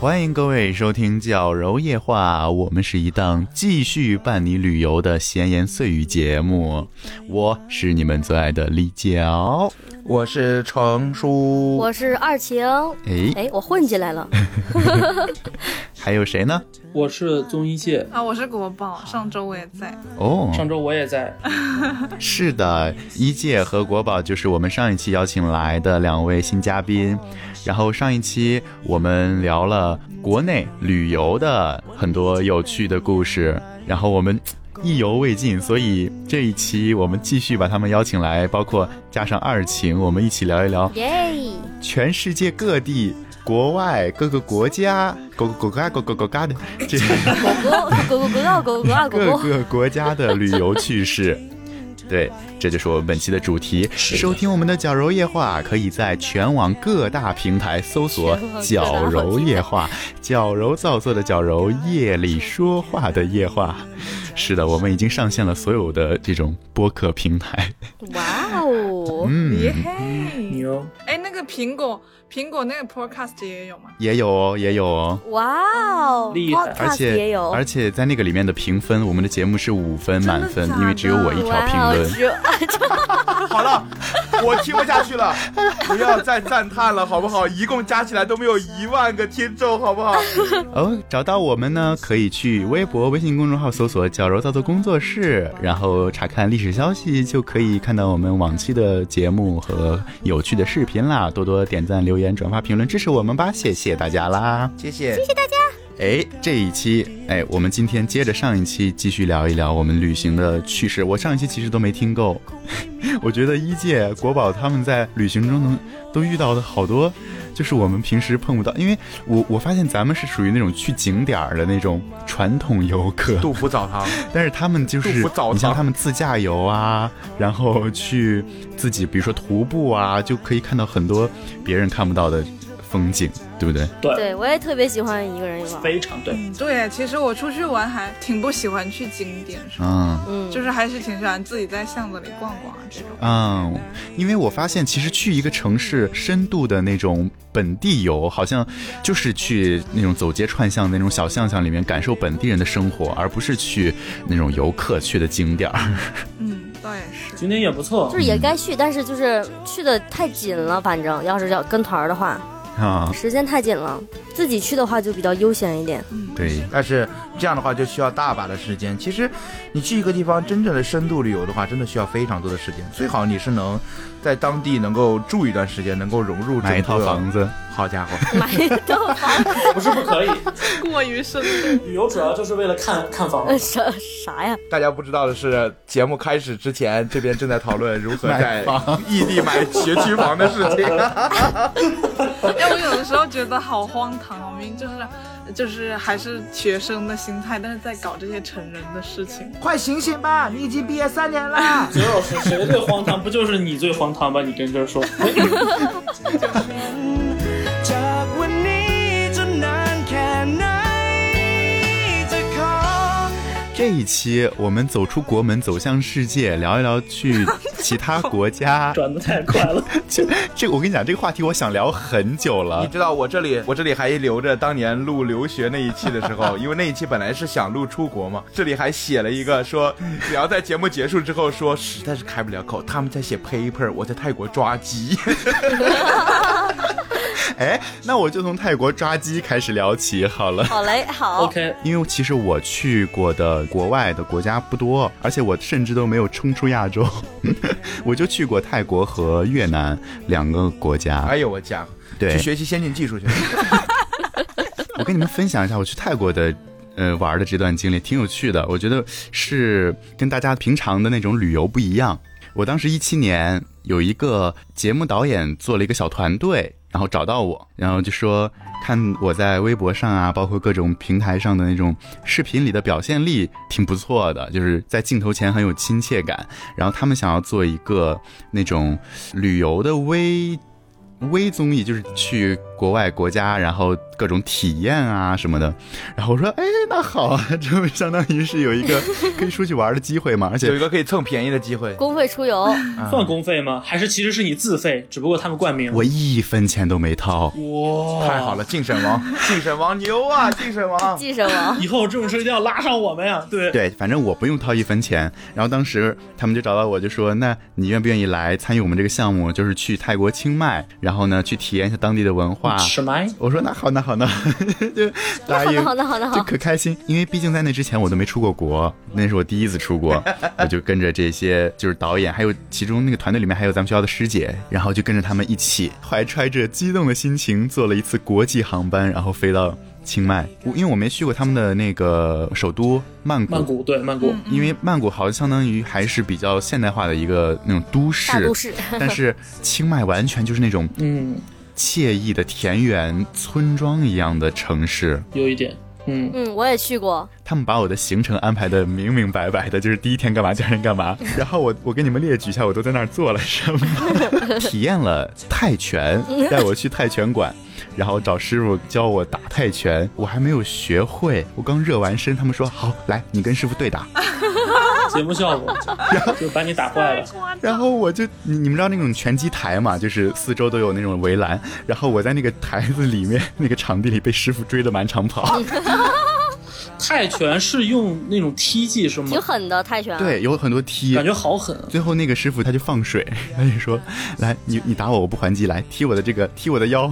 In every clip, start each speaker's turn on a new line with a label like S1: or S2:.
S1: 欢迎各位收听《矫揉夜话》，我们是一档继续伴你旅游的闲言碎语节目。我是你们最爱的李角，
S2: 我是程叔，
S3: 我是二晴。
S1: 哎
S3: 哎，我混进来 了。
S1: 还有谁呢？
S4: 我是综艺界，
S5: 啊，我是国宝，上周我也在。
S1: 哦，
S4: 上周我也在。
S3: 嗯
S1: 是的，一届和国宝就是我们上一期邀请来的两位新嘉宾。然后上一期我们聊了国内旅游的很多有趣的故事，然后我们嘖意犹未尽，所以这一期我们继续把他们邀请来，包括加上二晴，我们一起聊一聊
S3: 耶！
S1: 全世界各地、国外各个国家、狗狗狗嘎狗狗狗嘎的这。
S3: 狗狗狗狗狗狗狗狗啊狗
S1: 各
S3: 狗。
S1: 个国家的旅游趣 事。对，这就是我们本期的主题。
S4: 是的
S1: 收听我们的《绞揉夜话》，可以在全网各大平台搜索
S3: 全网各大
S1: “绞揉夜话”，矫揉造作的绞揉，夜里说话的夜 话。是的，我们已经上线了所有的这种播客平 台。
S3: 哇哦！
S5: 耶
S1: 嗯，
S5: 嘿！
S4: 牛，
S5: 哎，那个苹果，苹果那个 Podcast 也有吗？
S1: 也有哦，也有哦。
S3: 哇哦！
S4: 厉害
S3: Podcast
S1: 而且
S3: 也有，
S1: 而且在那个里面的评分，我们的节目是五分满分
S5: 真的假，的
S1: 因为只有我一条评
S3: 哇哦
S1: 论。
S3: 只有
S2: 好了，我听不下去了，不要再赞叹了，好不好？一共加起来都没有一万个听众，好不好？
S1: 哦，找到我们呢，可以去微博、微信公众号搜索“矫揉造作工作室”，然后查看历史消息，就可以看到我们往期的节目和有趣的视频啦。多多点赞、留言、转发、评论，支持我们吧，谢谢大家啦！
S2: 谢谢。
S1: 哎，这一期，哎，我们今天接着上一期继续聊一聊我们旅行的趣事。我上一期其实都没听够， 我觉得一届国宝他们在旅行中能都遇到的好多，就是我们平时碰不到。因为我我发现咱们是属于那种去景点儿的那种传统游客，
S2: 杜甫澡堂，
S1: 但是他们就是
S2: 杜甫澡
S1: 你像
S2: 堂
S1: 他们自驾游啊，然后去自己比如说徒步啊，就可以看到很多别人看不到的风景，对不对？
S3: 对我也特别喜欢一个人玩。
S4: 非常对。
S5: 嗯，对，其实我出去玩还挺不喜欢去景点什么，
S1: 嗯。
S3: 嗯，
S5: 就是还是挺喜欢自己在巷子里逛逛啊这种。
S1: 嗯，因为我发现，其实去一个城市深度的那种本地游，好像就是去那种走街串巷的那种小巷巷里面感受本地人的生活，而不是去那种游客去的景点儿。
S5: 嗯，倒也是。
S4: 景点也不错
S3: 就，是也该去，但是就是去的太紧了，反正要是要跟团儿的话，
S1: 啊。
S3: 时间太紧了。自己去的话就比较悠闲一点。
S5: 嗯
S1: 对，
S2: 但是这样的话就需要大把的时间。其实，你去一个地方真正的深度旅游的话，真的需要非常多的时间。最好你是能在当地能够住一段时间，能够融入
S1: 买一套房
S2: 子。
S1: 子，
S2: 好家伙，
S3: 买一套房
S4: 不是不可以。
S5: 过于深
S4: 旅游主要就是为了看看房，
S3: 啥啥呀？
S2: 大家不知道的是，节目开始之前，这边正在讨论如何在异地买学区房的事情。
S5: 哎，我有的时候觉得好荒唐哦，明明就是就是还是学生的心态，但是在搞这些成人的事情。
S2: 快醒醒吧，你已经毕业三年了。
S4: 左老师谁最荒唐？不就是你最荒唐吧？你跟这儿说，哎
S6: จากวันนี้จนนานแค่ไหนจะขอ
S1: 这一期我们走出国门，走向世界，聊一聊去其他国家。
S4: 转的太快了。
S1: 这这个我跟你讲，这个话题我想聊很久
S2: 你
S3: 啊
S1: 了。
S2: 知道我这里，我这里还留着当年录留学那一期的时候，因 为那一期本来是想录出国嘛，这里还写了一个说，只要在节目结束之后说，实在是开不了口，他们在写 paper，我在泰国抓鸡。
S1: 哎，那我就从泰国抓鸡开始聊起好了。
S3: 好嘞， 好。
S4: OK，
S1: 因为其实我去过的国外的国家不多，而且我甚至都没有冲出亚洲， 我就去过泰国和越南两个国家
S2: 哎。呦我讲，
S1: 对
S2: 去，学习先进技术去。
S1: 我跟你们分享一下我去泰国的。呃，玩的这段经历挺有趣的，我觉得是跟大家平常的那种旅游不一样。我当时一七年有一个节目导演做了一个小团队，然后找到我，然后就说看我在微博上啊，包括各种平台上的那种视频里的表现力挺不错的，就是在镜头前很有亲切感。然后他们想要做一个那种旅游的微微综艺，就是去国外国家，然后各种体验啊什么的。 然后我说，哎，那好啊，这不相当于是有一个可以出去玩的机会嘛，而
S2: 有一
S1: 且
S2: 个可以蹭便宜的机会。
S3: 公费出游，
S4: 算公费吗？还是其实是你自费，只不过他们冠名？
S1: 我一分钱都没掏。
S3: 哦
S4: 哇，
S2: 太好了，！晋神 王，晋神王牛啊，晋神王！
S3: 寄生王
S4: 以后这种事一定要拉上我们呀、 对，
S1: 对，反正我不用掏一分钱。然后当时他们就找到我，就说：“那你愿不愿意来参与我们这个项目？就是去泰国清迈，然后呢去体验一下当地的文化。
S4: 什么？”
S1: 我说：“那好，那好，那好就答应。”
S3: 好的好的好的
S1: 就可开心，因为毕竟在那之前我都没出过 国，那是我第一次出国，我就跟着这些就是导演，还有其中那个团队里面还有咱们学校的师姐，然后就跟着他们一起，怀揣着激动的心情坐了一次国际航班，然后飞到清迈。我因为我没去过他们的那个首都曼谷，
S4: 曼谷对曼谷，
S3: 嗯
S1: 因为曼谷好像相当于还是比较现代化的一个那种都市，
S3: 大都市，
S1: 但是清迈完全就是那种
S4: 嗯，
S1: 惬意的田园村庄一样的城市。
S4: 有一点，嗯，
S3: 嗯，我也去过，
S1: 他们把我的行程安排的明明白白的，就是第一天干嘛，第二天干嘛。然后我我给你们列举一下，我都在那儿做了什么，体验了泰拳，带我去泰拳馆，然后找师傅教我打泰拳，我还没有学会，我刚热完身，他们说好来，你跟师傅对打，
S4: 节目效 果就把你打坏了。
S1: 然后我就你你们知道那种拳击台嘛，就是四周都有那种围栏，然后我在那个台子里面那个场地里被师傅追得满场跑。
S4: 泰拳是用那种踢技是吗
S3: 挺？狠的泰拳。，
S1: 对，有很多踢
S4: 感。觉好狠啊，
S1: 最后那个师傅他就放水， 他就说：“来，你你打我，我不还击，来踢我的这个， 踢我的腰。”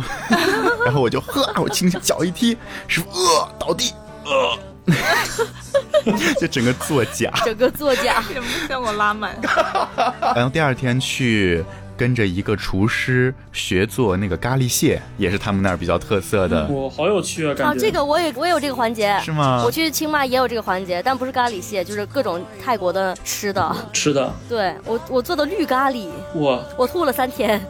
S1: 然后我就呵，我轻轻脚一踢，师傅呃倒地，呃， 就整个作假。
S3: 整个作 假，
S5: 节目效果拉满，
S1: 然后第二天去跟着一个厨师学做那个咖喱蟹，也是他们那儿比较特色的。
S4: 我好有趣啊，感
S3: 啊，
S4: 觉。
S3: 这个我也我也有这个环节，
S1: 是吗
S3: 我去清迈也有这个环节，但不是咖喱蟹，就是各种泰国的吃的。
S4: 吃的，
S3: 对我我做的绿咖喱，
S4: 哇，
S3: 我吐了 三天。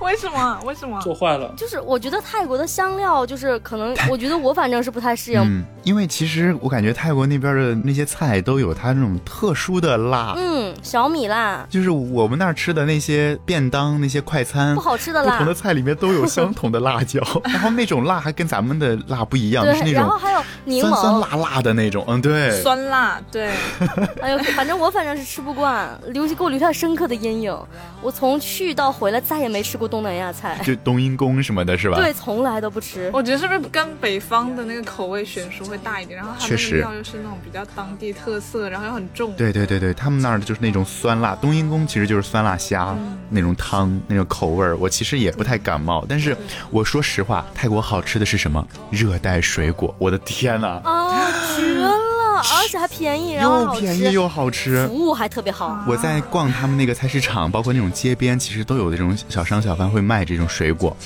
S5: 为什么？啊为什么？
S4: 做坏了。
S3: 就是我觉得泰国的香料，就是可 能我觉得我反正是不太适应。
S1: 嗯，因为其实我感觉泰国那边的那些菜都有它那种特殊的辣，
S3: 嗯，小米辣
S1: 就是我们那儿吃的那些便当、那些快餐
S3: 不。好吃的
S1: 不同
S3: 辣
S1: 的，菜里面都有相同的辣 椒，然后那种辣还跟咱们的辣不一样，就是
S3: 对，
S1: 那
S3: 然后
S1: 种
S3: 还有柠
S1: 酸酸
S3: 檬，
S1: 辣辣的那种。嗯，对，
S5: 酸辣，对，
S3: 哎呦，反正我反正是吃不惯，留给我留下深刻的阴影。我从去到回来再也没吃过东南 亚菜，
S1: 就冬阴功什么的，是吧？
S3: 对，从来都不吃。
S5: 我觉得是不是跟北方的那个口味悬殊会大一点？然后它
S1: 确
S5: 那
S1: 实
S5: 个料又是那种比较当地特色，然后又很重。
S1: 对对对对，他们那儿就是那种酸辣，冬阴功其实就是酸辣虾、
S3: 嗯
S1: 那种汤那种口味儿，我其实也不太感冒。但是我说实话，泰国好吃的是什么？热带水果，我的天呐，
S3: 啊，绝了！而且还便宜，然后
S1: 又
S3: 好
S1: 便宜
S3: 吃，
S1: 又好吃。
S3: 服务还特别好。
S1: 我在逛他们那个菜市场，包括那种街边，其实都有这种小商小贩会卖这种水果，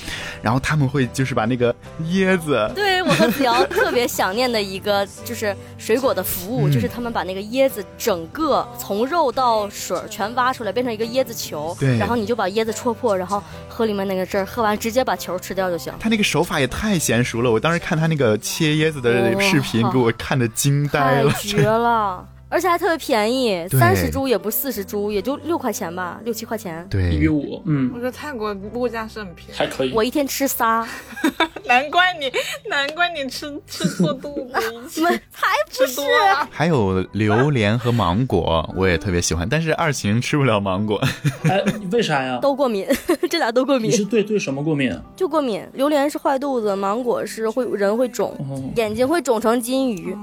S1: 然后他们会就是把那个椰子，
S3: 对我和子瑶特别想念的一个就是水果的服
S1: 嗯
S3: 务，就是他们把那个椰子整个从肉到水儿全挖出来，变成一个椰子球，
S1: 对
S3: 然后你就把椰子戳破，然后喝里面那个汁儿，喝完直接把球吃掉就行。
S1: 他那个手法也太娴熟了。我当时看他那个切椰子的视频，
S3: 哇
S1: 给我看的惊呆
S3: 太
S1: 了。
S3: 绝了，而且还特别便宜，
S1: 对
S3: 三十株也不是四十株，也就六块钱吧，六七块钱。
S4: 一比
S1: 对，
S4: 五，嗯
S5: 我，觉得泰国物价是很便宜，
S4: 还可以
S3: 我。一天吃仨，
S5: 难怪你，难怪你吃 吃错肚子，
S3: 没才不
S5: 吃
S3: 是
S5: 多了。
S1: 还有榴莲和芒果，我也特别喜欢，但是二晴吃不了芒果。
S4: 哎，为啥呀？
S3: 都过敏，这俩都过
S4: 你
S3: 敏，
S4: 是对对什么过敏？啊
S3: 就过敏。榴莲是坏肚子，芒果
S1: 嗯
S3: 是会人会肿，
S4: 哦
S3: 眼睛会肿成金鱼。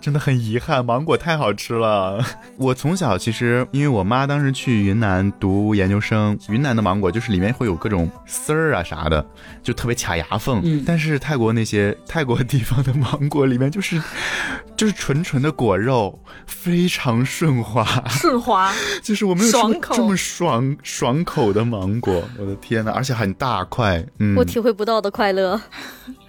S1: 真的很遗憾，芒果太好吃了。 我从小其实，因为我妈当时去云南读研究生，云南的芒果就是里面会有各种丝儿啊啥的，就特别卡牙缝。
S4: 嗯
S1: 但是泰国那些泰国地方的芒果里面就是 就是纯纯的果肉，非常顺滑，
S5: 顺滑，
S1: 就是我没有吃过
S5: 爽口
S1: 这么爽爽口的芒果，我的天呐，而且很大块。嗯，
S3: 我体会不到的快乐。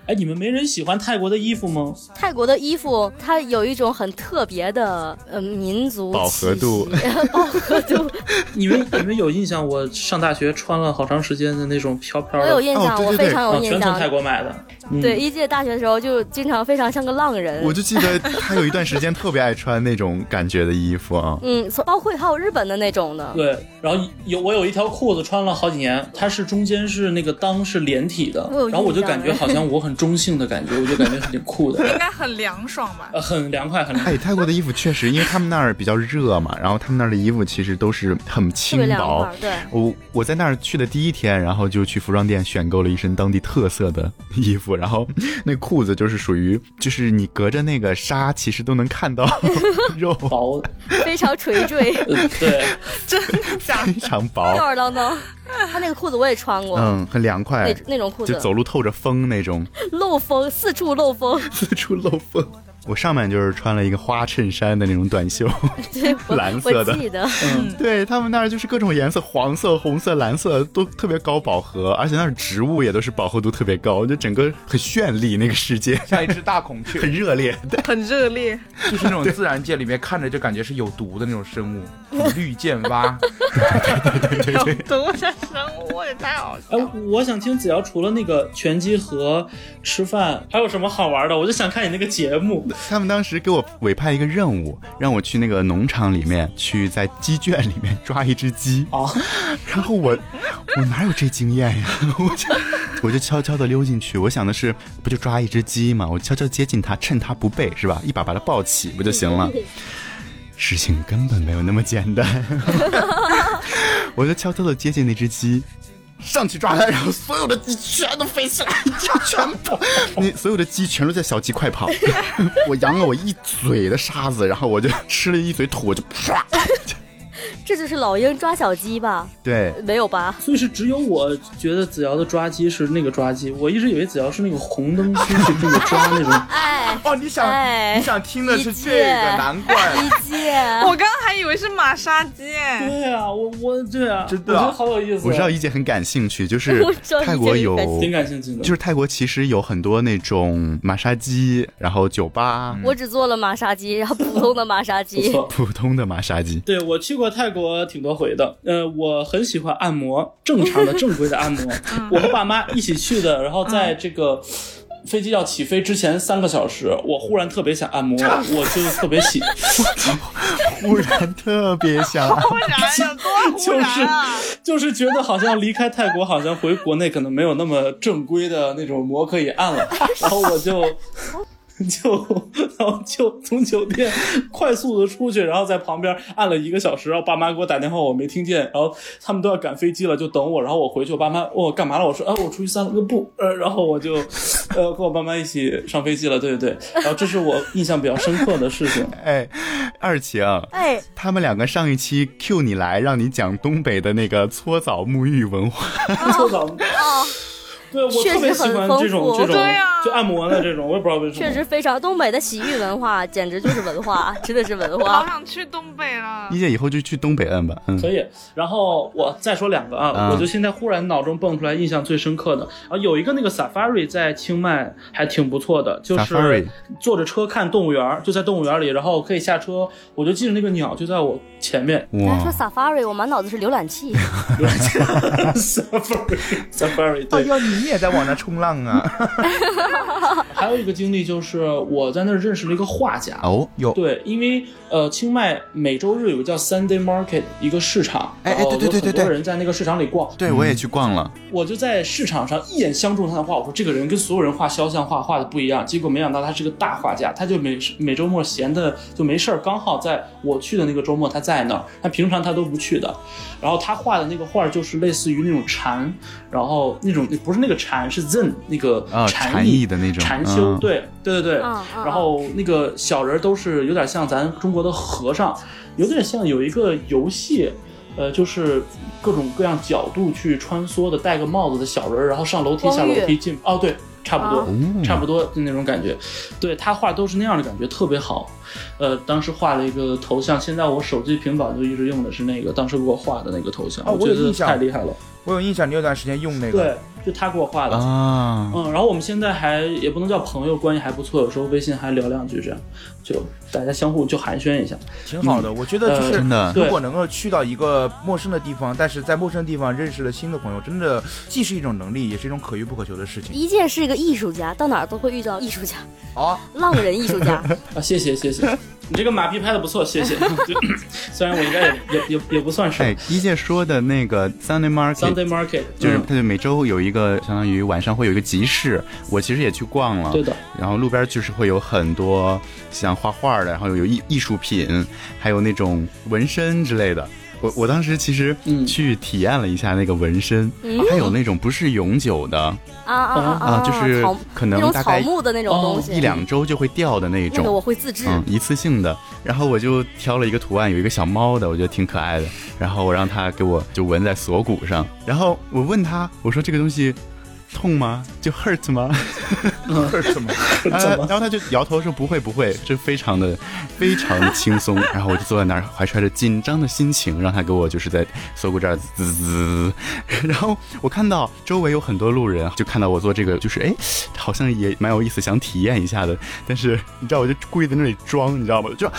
S4: 哎，你们没人喜欢泰国的衣服吗？
S3: 泰国的衣服它有一种很特别的呃民族
S1: 饱和度
S3: 气息，饱和度。
S4: 你们 你们有印象？我上大学穿了好长时间的那种飘飘
S3: 我
S4: 的
S3: 有，印象，
S1: 哦对对
S3: 我非常
S4: 啊
S3: 有
S4: 全
S3: 印
S4: 从
S3: 象
S4: 泰。国买的。嗯、
S3: 对，，一届大学的时候就经常非常像个浪人。，
S1: 我就记得他有一段时间特别爱穿那种感觉的衣服啊
S3: 嗯，从包括还有日本的那种的，
S4: 对，然后有我有一条裤子穿了好几年，它是中间是那个裆是连体的
S3: 我有，印
S4: 然后我就
S3: 象
S4: 感觉
S3: 哎
S4: 好像我很中性的感觉，我就感觉挺酷的，
S5: 应该很凉爽吧？
S4: 呃，很凉快，很凉快。
S1: 哎，泰国的衣服确实，因为他们那儿比较热嘛，然后他们那儿的衣服其实都是很
S3: 特
S1: 轻
S3: 别凉
S1: 薄
S3: 快。。对，
S1: 我我在那儿去的第一天，然后就去服装店选购了一身当地特色的衣服，然后那裤子就是属于，就是你隔着那个纱，其实都能看到 肉，
S4: 薄的，
S3: 非常垂 坠，
S4: 呃，对，
S5: 真的假
S1: 非
S5: 的？
S1: 常
S3: 吊
S1: 薄，
S3: 儿郎当。他那个裤子我也穿过，
S1: 嗯，很凉
S3: 那
S1: 快，
S3: 那种裤
S1: 就
S3: 子
S1: 走路透着风那 种，
S3: 漏风，四处漏风。
S1: 四处漏风。我上面就是穿了一个花衬衫的那种短袖，
S3: 对，我
S1: 蓝色的
S3: 我记得。
S4: 嗯，
S1: 对他们那儿就是各种颜色，黄色、红色、蓝色都特别高饱和，而且那儿植物也都是饱和度特别高，就整个很绚丽，那个世界
S2: 像一只大孔雀，
S1: 很热烈。对，
S5: 很热 烈，
S2: 就是那种自然界里面看着就感觉是有毒的那种生 物，绿箭蛙。
S5: 有毒的生物，我也太好笑
S4: 哎
S5: 了。，
S4: 我想听子瑶除了那个拳击和吃饭，还有什么好玩的？我就想看你那个节目。
S1: 他们当时给我委派一个任务，让我去那个农场里面去在鸡圈里面抓一只鸡，
S4: 哦，
S1: 然后我我哪有这经验呀？ 我就我就悄悄的溜进去，我想的是不就抓一只鸡嘛，我悄悄接近它，趁它不备是吧？一把把它抱起不就行了？事情根本没有那么简单。我就悄悄的接近那只鸡，上去抓它，然后所有的鸡全都飞起来，就全跑，那所有的鸡全都在小鸡快跑。我扬了我一嘴的沙子，然后我就 吃了一嘴土，我就啪。
S3: 这就是老鹰抓小鸡吧？
S1: 对，
S3: 没有吧？
S4: 所以是只有我觉得子瑶的抓鸡是那个抓鸡，我一直以为子瑶是那个红灯区去那个抓那种。
S3: 哎，
S2: 哦，你想、
S3: 哎
S2: 你想听的是这
S3: 一
S2: 个，
S3: 箭
S2: 难怪啊了。
S3: 一姐，
S5: 我刚刚还以为是马杀鸡 哎，
S4: 对啊，我我对啊，
S2: 真的
S4: 我
S2: 啊
S4: 觉得好有意思。
S1: 我知道一姐很感兴趣，就是
S3: 我知道一姐
S1: 泰国有
S3: 很感，
S4: 挺感兴趣的，
S1: 就是泰国其实有很多那种马杀鸡，然后酒吧，
S3: 我只做了马杀鸡，然后普通的马杀
S4: 不
S3: 鸡。
S4: 错。
S1: 普通的马杀鸡。
S4: 对我去过泰国挺多回的，呃，我很喜欢按摩，正常的正规的按摩。 我和爸妈一起去的，然后在这个。飞机要起飞之前三个小时，我忽然特别想 按摩，我就特别喜，
S1: 忽然特别想，
S5: 忽然有多忽然啊！
S4: 就是觉得好像离开泰国，好像回国内可能没有那么正规的那种膜可以按了，然后我就就然后就从酒店快速的出去，然后在旁边按了一个小时，然后爸妈给我打电话，我没听见，然后他们都要赶飞机了，就等我，然后我回去，我爸妈问我干嘛了，我说啊我出去散了个步，呃，然后我就呃跟我爸妈一起上飞机了，对对对，然后这是我印象比较深刻的事情，
S1: 哎， 二晴，
S3: 哎，
S1: 他们两个上一期 Q 你来，让你讲东北的那个搓澡沐浴文化。
S4: 搓澡。
S3: 哦，
S4: 对，我
S3: 确
S4: 特
S3: 实
S4: 别喜
S3: 很
S4: 欢
S3: 丰
S4: 这种
S3: 富
S4: 这种、
S5: 对啊
S4: 就按摩的这种，我也不知道为什么。
S3: 确实非常东北的洗浴文化，简直就是文 化，真的是文
S5: 好
S3: 化。
S5: 想去东北了
S1: 一。姐以后就去东北摁吧，嗯
S4: 可，以。然后我再说两个啊，
S1: 啊
S4: 我就现在忽然脑中蹦出来印象最深刻的啊，有一个那个 Safari 在清迈还挺不错的，就
S1: Safari
S4: 是坐着车看动物园儿，就在动物园里，然后可以下车，我就记着那个鸟就在我前面
S3: 他说
S1: 哇，
S3: safari，我满脑子是浏览器。
S4: ，Safari Safari
S3: 哎
S2: 哦
S4: 对，
S2: 要你也在网上冲浪啊？
S4: 还有一个经历就是我在那儿认识了一个画家，
S1: 哦，
S2: 有，
S4: 对，因为呃，清迈每周日有个叫 Sunday Market 一个市场，
S1: 哎哎
S4: 然后
S1: 对对对
S4: 有很
S1: 对
S4: 多
S1: 对
S4: 人在那个市场里逛，
S1: 对我也去逛了，
S4: 我就在市场上一眼相中他的画，我说这个人跟所有人画肖像画画的不一样。结果没想到他是个大画家，他就每每周末闲的就没事儿，刚好在我去的那个周末他在那儿，他平常他都不去的。然后他画的那个画就是类似于那种禅，然后那种不是那个禅是 Zen 那个
S1: 啊
S4: 禅
S1: 禅意的那种
S4: 禅修，
S1: 嗯
S4: 对对对对。
S3: 嗯嗯
S4: 然后那个小人儿都是有点像咱中国的和尚，有点像有一个游戏，呃，就是各种各样角度去穿梭的，戴个帽子的小人儿，然后上楼梯
S3: 光
S4: 下楼
S3: 晕
S4: 梯进，哦，对，差不多，
S1: 哦
S4: 差不多就那种感觉。对他画都是那样的感觉，特别好。呃，当时画了一个头像，现在我手机、平板就一直用的是那个当时给我画的那个头像，
S2: 哦我
S4: 觉
S2: 有
S4: 得
S2: 印象
S4: 太厉害了。
S2: 我有印象，你有段时间用那个，
S4: 对，就他给我画的。
S1: 啊，
S4: 嗯，然后我们现在还也不能叫朋友，关系还不错，有时候微信还聊两句，这样就大家相互就寒暄一下。
S2: 挺好的。我觉得就是
S1: 真的
S2: 如
S4: 对
S2: 果能够去到一个陌生的地方，但是在陌生地方认识了新的朋友，真的既是一种能力，也是一种可遇不可求的事情。
S3: 一健是一个艺术家，到哪儿都会遇到艺术家，
S2: 啊，
S3: 浪人艺术家。
S4: 啊，谢谢谢谢，你这个马屁拍的不错，谢谢。 就虽然我应该也也也也不算是
S1: 哎，一姐说的那个 Sunday Market，
S4: Sunday Market，
S1: 就是
S4: 嗯
S1: 它就每周有一个，相当于晚上会有一个集市，我其实也去逛了。
S4: 对的，
S1: 然后路边就是会有很多像画画的，然后有艺艺术品，还有那种纹身之类的。我我当时其实
S4: 嗯
S1: 去体验了一下那个纹身，
S3: 嗯
S1: 还有那种不是永久的
S3: 啊啊啊
S1: 啊，就是
S3: 草
S1: 可
S3: 那
S1: 能
S3: 种
S1: 大
S3: 草
S1: 概哦
S3: 木的那种东西，
S1: 一两周就会掉的那
S3: 那个
S1: 种，
S3: 我会自制。
S1: 嗯，一次性的。然后我就挑了一个图案，有一个小猫的，我觉得挺可爱的。然后我让他给我就纹在锁骨上，然后我问他，我说这个东西痛吗？就 hurt 吗？
S2: 是什么？
S1: 啊
S4: 怎么
S1: 然后他就摇头说不会不会，这非常的非常的轻松。然后我就坐在那儿，怀揣着紧张的心情，让他给我就是在锁骨这儿滋滋滋。然后我看到周围有很多路人，就看到我做这个，就是哎，好像也蛮有意思，想体验一下的。但是你知道，我就故意在那里装，你知道吗？就啊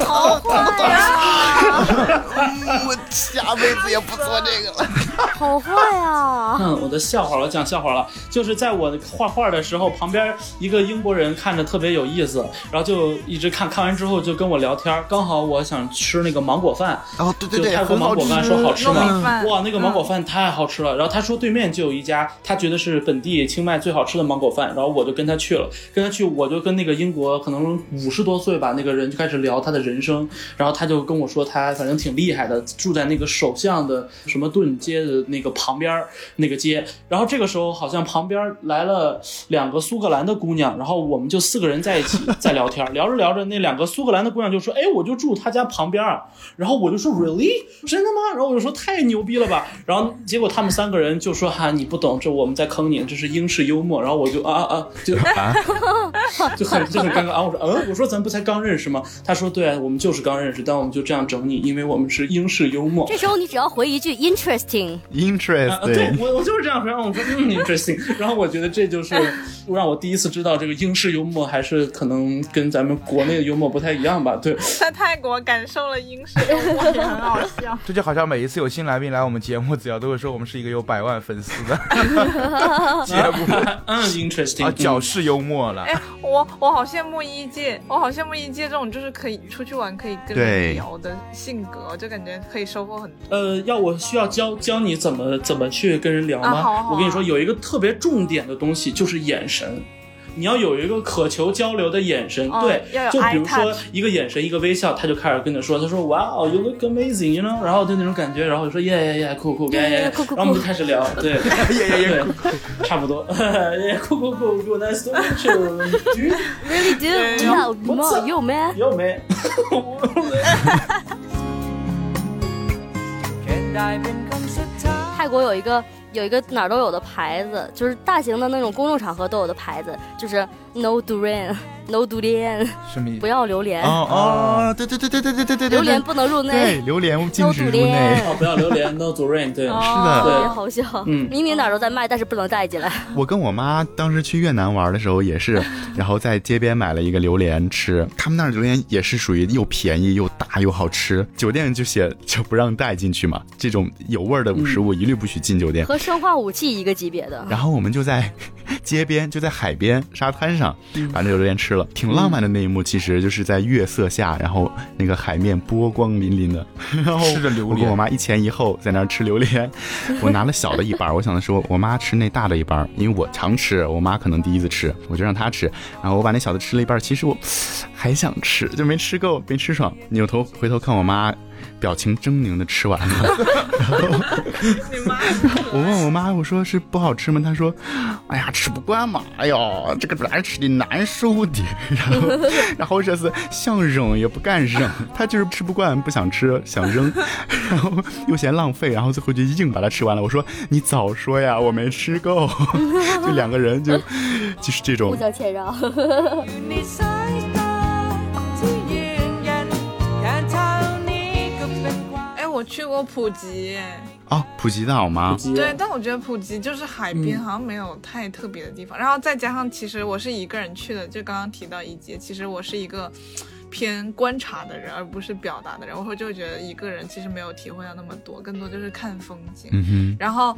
S3: 好坏呀！
S1: 我下辈子也不做这个了。
S3: 好啊坏呀！
S4: 嗯，我的笑话，我讲笑话了，就是在我画画的时候，旁边一个英国人看着特别有意思，然后就一直看，看完之后就跟我聊天儿，刚好我想吃那个芒果饭，
S1: 哦，对对
S4: 就
S1: 对，
S4: 泰国
S1: 很好
S4: 芒果饭说好吃
S5: 糯
S4: 吗？
S5: 米饭，
S4: 哇，那个芒果
S5: 嗯
S4: 饭太好吃了。然后他说对面就有一家，他觉得是本地清迈最好吃的芒果饭。然后我就跟他去了，跟他去，我就跟那个英国可能五十多岁吧那个人就开始聊他的人生。然后他就跟我说他反正挺厉害的，住在那个首相的什么顿街的那个旁边儿那个街。然后这个时候好像旁边来了两个苏格兰的姑娘，然后我们就四个人在一 起在聊天儿，聊着聊着那两个苏格兰的姑娘就说：“哎，我就住他家旁边儿。”然后我就说：“Really？真的吗？”然后我就说：“太牛逼了吧！”然后结果他们三个人就说：“哈、你不懂，这我们在坑你，这是英式幽默。”然后我就啊啊啊，就
S1: 啊，
S4: 就很就很尴尬啊！我说，嗯，我说咱不才刚认识吗？他说，对、啊，我们就是刚认识，但我们就这样整你，因为我们是英式幽默。
S3: 这时候你只要回一句 interesting，
S4: 啊，对
S1: interesting。
S4: 我我就是这样说，然后我说嗯 interesting，然后我觉得这就是让我第一次知道这个英式幽默还是可能跟咱们国内的幽默不太一样吧？对，
S5: 在泰国感受了英式幽默， 很好笑。
S2: 这就好像每一次有新来宾来我们节目，子瑶都会说我们是一个有百万粉丝的节目
S4: 嗯 interesting，
S2: 啊，矫
S4: 嗯
S2: 饰幽默了。
S5: 哎，我我好羡慕一届，我好羡慕一届这种就是可以出去玩可以跟
S1: 对
S5: 人聊的性格，就感觉可以收获很多。
S4: 呃，要我需要教教你怎么怎么去跟人聊吗？
S5: 啊好啊好啊
S4: 我跟你说，有一个特别重点的东西就是眼神。你要有一个渴求交流的眼神，
S5: 哦
S4: 对
S5: 要有，
S4: 就
S5: eye
S4: 比如说一个眼神，一个微笑，他就开始跟你说，他说哇哦，you look amazing，you know，然后就那种感觉，然后就说耶耶耶，酷酷， 耶耶，
S3: 酷酷
S4: 然后我们就开始聊，对，
S2: 耶耶耶，
S4: 对，差不多，耶，酷酷酷酷，nice to meet you，
S3: really do 嗯 yeah more you man。
S4: 有没？
S3: 泰国有一个有一个哪儿都有的牌子，就是大型的那种公众场合都有的牌子，就是 no durian，no durian，
S2: 什么意
S3: 不
S2: 思？
S3: 要榴莲，
S1: 哦哦，对对对对对对对对对，
S3: 榴莲不能入
S1: 对
S3: 内
S1: 榴莲禁
S3: ，no
S1: 止入内。哦
S3: durian。
S4: 哦，
S3: 哦
S4: 不要榴莲，no durian，对，
S5: 哦
S1: 是
S3: 特
S1: 的，
S3: 别好笑，
S4: 嗯
S3: 明明哪儿都在卖，但是不能带进来。
S1: 我跟我妈当时去越南玩的时候也是，然后在街边买了一个榴莲吃，他们那儿榴莲也是属于又便宜又大又好吃，酒店就写就不让带进去嘛，这种有味儿的食物一律不许进酒店。
S3: 和生化武器一个级别的，
S1: 然后我们就在街边，就在海边沙滩上把那榴莲吃了，挺浪漫的那一幕，其实就是在月色下，然后那个海面波光粼粼的，然后
S2: 吃着榴莲
S1: 我跟我妈一前一后在那儿吃榴 莲，我拿了小的一半儿，我想的说我妈吃那大的一半儿，因为我常吃，我妈可能第一次吃，我就让她吃，然后我把那小的吃了一半儿，其实我还想吃，就没吃够，没吃爽。扭头回头看我妈，表情狰狞的吃完 了。
S5: 你妈，
S1: 我问我妈，我说是不好吃吗？她说，哎呀，吃不惯嘛，哎呦，这个难吃的难受的。 然后，然后这次想扔也不敢扔， 她就是吃不惯，不想吃，想扔， 然后又嫌浪费，然后最后就硬把它吃完了。我说你早说呀，我没吃够。 就两个人就就是这
S3: 互
S1: 种，
S3: 相谦让。
S6: 你使得自然人，但靠你个笨瓜。
S5: 哎，我去过普吉，哎，
S1: 哦，普吉岛吗？
S4: 啊
S5: 对，但我觉得普吉就是海
S1: 嗯
S5: 边，好像没有太特别的地方。然后再加上，其实我是一个人去的，就刚刚提到一节，其实我是一个偏观察的人，而不是表达的人。我会就觉得一个人其实没有体会到那么多，更多就是看风景。
S1: 嗯
S5: 然后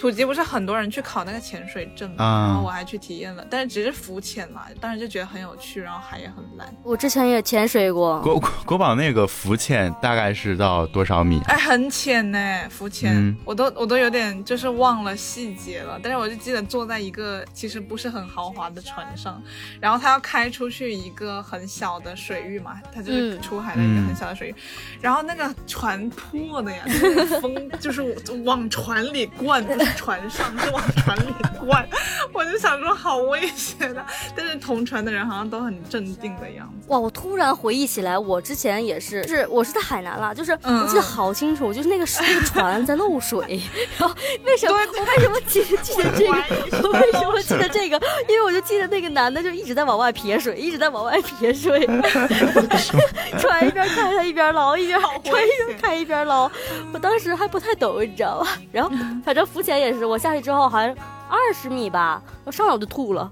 S5: 普吉不是很多人去考那个潜水证嘛，
S1: 啊
S5: 然后我还去体验了，但是只是浮潜嘛，当时就觉得很有趣，然后海也很蓝。
S3: 我之前也潜水过
S1: 哼，，国国国宝那个浮潜大概是到多少米？啊
S5: 哎，很浅呢，浮潜，
S1: 嗯
S5: 我都我都有点就是忘了细节了，但是我就记得坐在一个其实不是很豪华的船上，然后他要开出去一个很小的水域嘛，他就是
S3: 嗯
S5: 出海的一个很小的水域，
S1: 嗯
S5: 然后那个船破的呀，就是风就是往船里灌，不是船上，是往船里灌，我就想说好危险的，但是同船的人好像都很镇定的样子，
S3: 哇！我突然回忆起来，我之前也是，就是我是在海南啦，就是
S5: 嗯
S3: 我记得好清楚，就是那个那 个船在漏水，然后为什么
S5: 对
S3: 我为什么记记得这个？我为什么记得这个？因为我就记得那个男的就一直在往外撇水，一直在往外撇 水，船一边开他一边捞，一边船一边开一边捞，我当时还不太懂，你知道吧？然后
S5: 嗯
S3: 反正浮潜也是，我下去之后好像二十米吧，我上来我就吐了，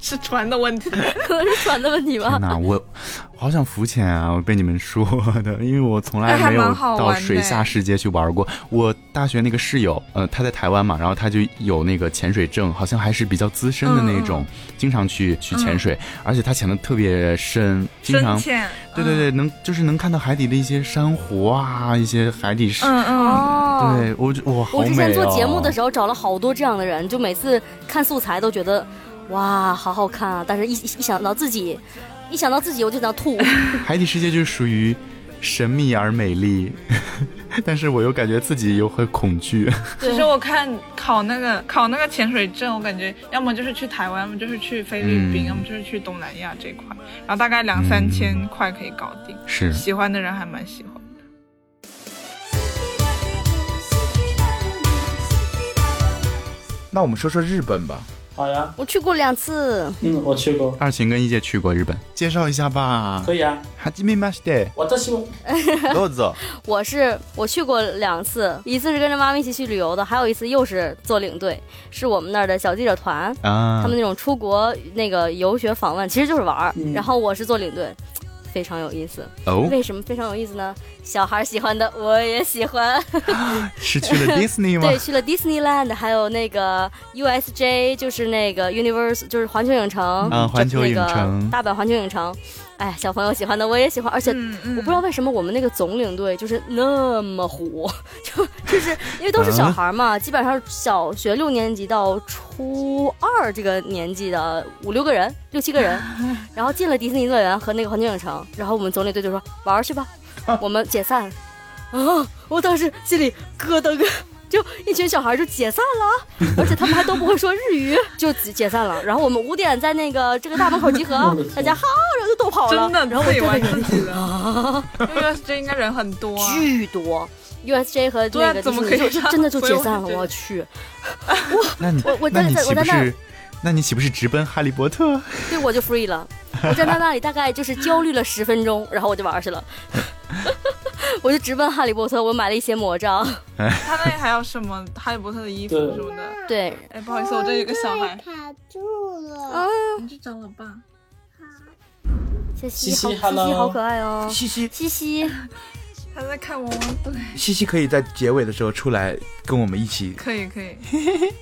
S5: 是船的问题。
S3: 可能是船的问题吧
S1: 天。哪， 我好想浮潜啊！我被你们说的，因为我从来
S5: 哎还
S1: 没有
S5: 蛮好
S1: 到
S5: 玩的
S1: 水
S3: 欸
S1: 下世界去玩过。我大学那个室友，呃，他在台湾嘛，然后他就有那个潜水证，好像还是比较资深的
S3: 嗯
S1: 那种，经常去去潜水，而且他潜的特别深，经
S5: 深
S1: 常。
S5: 潜，
S1: 对对
S3: 嗯
S1: 对，能就是能看到海底的一些珊瑚啊，一些海底是，
S5: 嗯，嗯嗯。
S3: 哦
S1: 对我就哇，好
S3: 我
S1: 美、哦、
S3: 之前做节目的时候找了好多这样的人，就每次看素材都觉得，哇，好好看啊！但是一一想到自己，一想到自己我就想吐。
S1: 海底世界就属于神秘而美丽， 但是我又感觉自己又会恐惧。
S5: 其实我看考那个考那个潜水证，我感觉要么就是去台湾，要么就是去菲律宾，
S1: 嗯
S5: 要么就是去东南亚这一块，然后大概两三千块可以搞定。
S3: 嗯
S1: 是
S5: 喜欢的人还蛮喜欢的。
S2: 那我们说说日本吧，
S4: 好呀，
S3: 我去过两次，
S4: 嗯，我去过，
S1: 二琴跟一姐去过日本，介绍一下吧。
S4: 可以啊。
S1: 哈基米马西 德，
S4: 我私も
S2: 豆子，
S3: 我是我去过两次，一次是跟着妈妈一起去旅游的，还有一次又是做领队，是我们那儿的小记者团，
S1: 啊，
S3: 他们那种出国那个游学访问，其实就是玩儿。
S4: 嗯
S3: 然后我是做领队。非常有意思，
S1: 哦
S3: 为什么非常有意思呢？小孩儿喜欢的我也喜欢。
S1: 是去 了 Disney 吗
S3: 对，？去了 Disneyland，还有那个 USJ，就是那个 Universe，就是环球影城
S1: 啊环
S3: 就
S1: 球
S3: 那
S1: 影
S3: 个
S1: 城
S3: 大阪环球影城。哎，小朋友喜欢的我也喜欢，而且
S5: 嗯嗯，
S3: 我不知道为什么我们那个总领队就是那么虎， 就就是因为都是
S5: 嗯
S3: 小孩儿嘛，基本上小学六年级到初二这个年纪的五六个人、六七个 人，然后进了迪士尼乐园和那个环球影城，然后我们总领队就说玩儿去 吧，我们解散。啊！我当时心里咯噔，就一群小孩儿就解散了，而且他们还都不会说日语， 就解解散了。然后我们五点在那个这个大门口集 合，大家哈，然后就都跑了。
S5: 真的
S3: 然后我
S5: 自己
S3: 就在
S5: 玩
S3: 那
S5: 自
S3: 里
S5: 己的， 因为 USJ 应该人很多 啊。
S3: 巨多。USJ 和
S5: 对啊
S3: 那个
S5: 怎么
S3: 迪士尼
S5: 可以
S3: 就
S5: 这样
S3: 真的就
S5: 所以
S3: 解
S5: 我
S3: 散了，
S5: 就觉得
S3: 我去！
S1: 那你
S3: 我我
S1: 那
S3: 在
S1: 你
S3: 在
S1: 岂
S3: 我
S1: 不
S3: 在那儿
S1: 是？那你岂不是直奔哈利波特？
S3: 对我就 free 了，我站在那里大概就是焦虑了十分钟，然后我就玩去了， 我就直奔哈利波特，我买了一些魔杖，
S5: 他那里还有什么哈利波特的衣服
S4: 对
S5: 什么的。
S3: 对，
S5: 哎，不好意思，我这有一个小孩，
S7: 卡住
S3: 啊
S7: 了。，
S5: 你去找我爸。
S3: 谢
S4: 西西
S3: 西好西西
S4: hello
S3: 好可爱哦，
S2: 西西
S3: 西西，
S5: 他在看汪汪队。
S2: 西西可以在结尾的时候出来跟我们一起。
S5: 可以 可以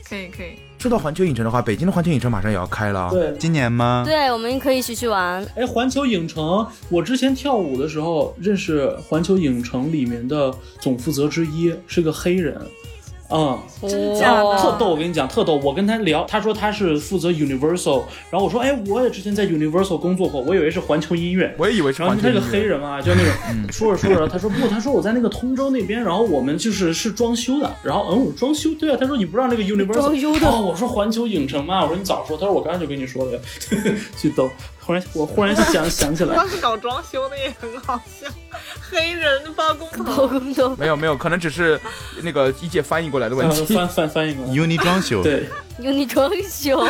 S5: 可以可以，
S2: 说到环球影城的话，北京的环球影城马上也要开了啊。
S4: 对，
S1: 今年吗？
S3: 对，我们可以一起去玩，
S4: 哎，环球影城，我之前跳舞的时候认识环球影城里面的总负责之一，是个黑人。嗯，
S5: 真假
S3: 哦
S5: 的？
S4: 特逗，我跟你讲，特逗。我跟他聊，他说他是负责 Universal，然后我说，哎，我也之前在 Universal 工作过，我以为是环球音乐。
S2: 我也以为是
S4: 然后
S2: 环球
S4: 他
S2: 音乐
S4: 是个黑人嘛，就那种说着说着，他说不，他说我在那个通州那边，然后我们就是是装修的，然后嗯，我装修，对啊，他说你不让那个 Universal
S3: 装修的
S4: 哦，我说环球影城嘛，我说你早说，他说我刚才就跟你说了，去逗。忽然我忽然想想起来
S5: 当，时搞装修的也很好笑，黑人包工
S3: 包
S5: 头，
S3: 工头
S2: 没有没有，可能只是那个一姐翻译过来的问
S4: 呃
S2: 题。
S4: 翻翻翻译过来，
S1: uni 装修，
S4: 对，
S3: 有你装修。